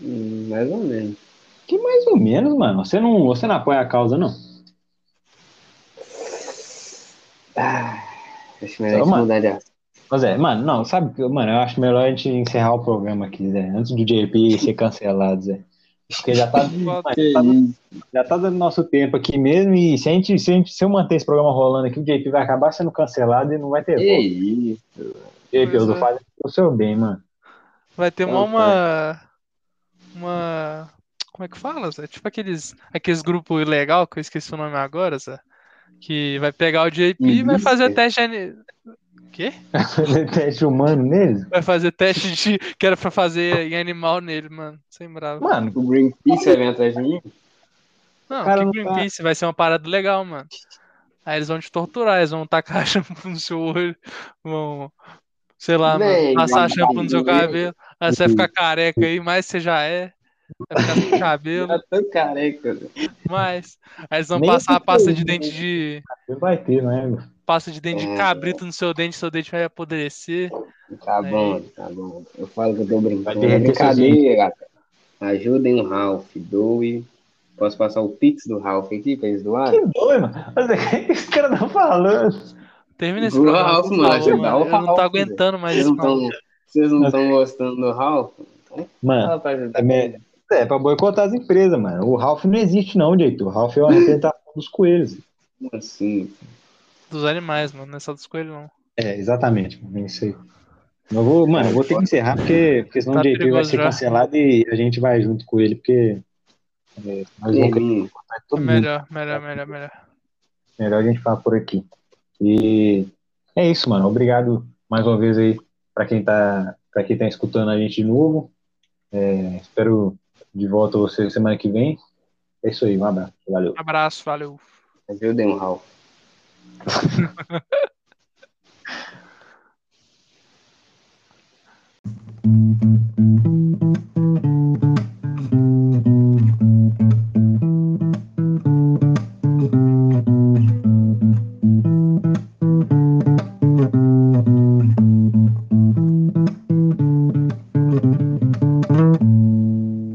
Speaker 2: Hum, Mais ou menos.
Speaker 1: Que mais ou menos, mano. Você não, você não apoia a causa, não.
Speaker 2: Ah, acho melhor a gente
Speaker 1: Toma.
Speaker 2: mudar de assunto.
Speaker 1: Mas é, mano, não, sabe, que- mano, eu acho melhor a gente encerrar o programa aqui, Zé, antes do JP ser cancelado, Zé. Porque já tá, mano, já tá, já tá dando nosso tempo aqui mesmo, e se, a gente, se, a gente- se eu manter esse programa rolando aqui, o JP vai acabar sendo cancelado e não vai ter volta.
Speaker 2: Ei,
Speaker 1: JP, eu tô
Speaker 3: Pois é.
Speaker 1: fazendo o seu bem, mano.
Speaker 3: Vai ter uma,
Speaker 2: Então,
Speaker 3: uma. Uma. Como é que fala, Zé? Tipo aqueles, aqueles grupos ilegal que eu esqueci o nome agora, Zé. Que vai pegar o JP e vai
Speaker 2: Milícia?
Speaker 3: fazer teste. ani- Quê?
Speaker 1: Fazer é teste humano nele?
Speaker 3: Vai fazer teste de. Que era pra fazer em animal nele, mano. Sem bravo.
Speaker 1: Mano,
Speaker 2: o Greenpeace vai vir atrás de mim?
Speaker 3: Não,
Speaker 1: cara
Speaker 3: que
Speaker 1: não tá-
Speaker 3: Greenpeace vai ser uma parada legal, mano. Aí eles vão te torturar, eles vão tacar shampoo no seu olho, vão, sei lá, mano,
Speaker 2: Véi,
Speaker 3: passar
Speaker 2: mano,
Speaker 3: shampoo no seu
Speaker 2: cara,
Speaker 3: cabelo. Aí você vai ficar careca aí, mais você já é. Vai ficar sem cabelo.
Speaker 2: Eu tô careca. velho.
Speaker 3: Mas aí eles vão
Speaker 1: Nem
Speaker 3: passar a
Speaker 1: esse
Speaker 3: pasta de
Speaker 1: foi,
Speaker 3: dente de
Speaker 1: não vai ter, né? meu?
Speaker 3: pasta de dente de
Speaker 2: É.
Speaker 3: cabrito no seu dente, seu dente vai apodrecer.
Speaker 2: Tá bom, tá bom. Eu falo que eu tô brincando.
Speaker 1: Vai
Speaker 2: É
Speaker 1: derreter
Speaker 2: brincadeira, gata. Ajudem o Ralph, doe. Posso passar o Pix do Ralph aqui pra eles doarem?
Speaker 1: Que doido, mano. Mas é que esse cara tá falando.
Speaker 3: Termina esse
Speaker 2: Uau,
Speaker 3: programa, por
Speaker 2: mano,
Speaker 3: favor,
Speaker 2: ajudar o
Speaker 3: mano. Eu não tô
Speaker 2: Ralph,
Speaker 3: aguentando mais
Speaker 2: Vocês
Speaker 3: isso,
Speaker 2: não
Speaker 3: não.
Speaker 2: tão- vocês não estão gostando do Ralph? tá
Speaker 1: Mano,
Speaker 2: Fala pra ajudar.
Speaker 1: é, me- é pra boicotar as empresas, mano. O Ralph não existe, não, JP. O Ralph é uma representação dos coelhos.
Speaker 2: Como assim?
Speaker 3: Dos animais, mano. Não é só dos coelhos, não.
Speaker 1: É, exatamente, mano, é isso aí. Eu vou, mano, eu vou ter que encerrar, porque, porque senão
Speaker 3: Tá
Speaker 1: o JP vai
Speaker 3: perigoso
Speaker 1: ser
Speaker 3: já.
Speaker 1: cancelado e a gente vai junto com ele, porque é, nós vamos
Speaker 2: Hum,
Speaker 1: cortar todo mundo.
Speaker 3: É Melhor, melhor, melhor, melhor.
Speaker 1: Melhor a gente falar por aqui. E é isso, mano. Obrigado mais uma vez aí pra quem tá, pra quem tá escutando a gente de novo. É, espero de volta você semana que vem. É isso aí, um abraço. Valeu.
Speaker 3: Abraço, valeu.
Speaker 2: Ajudem o Ralph.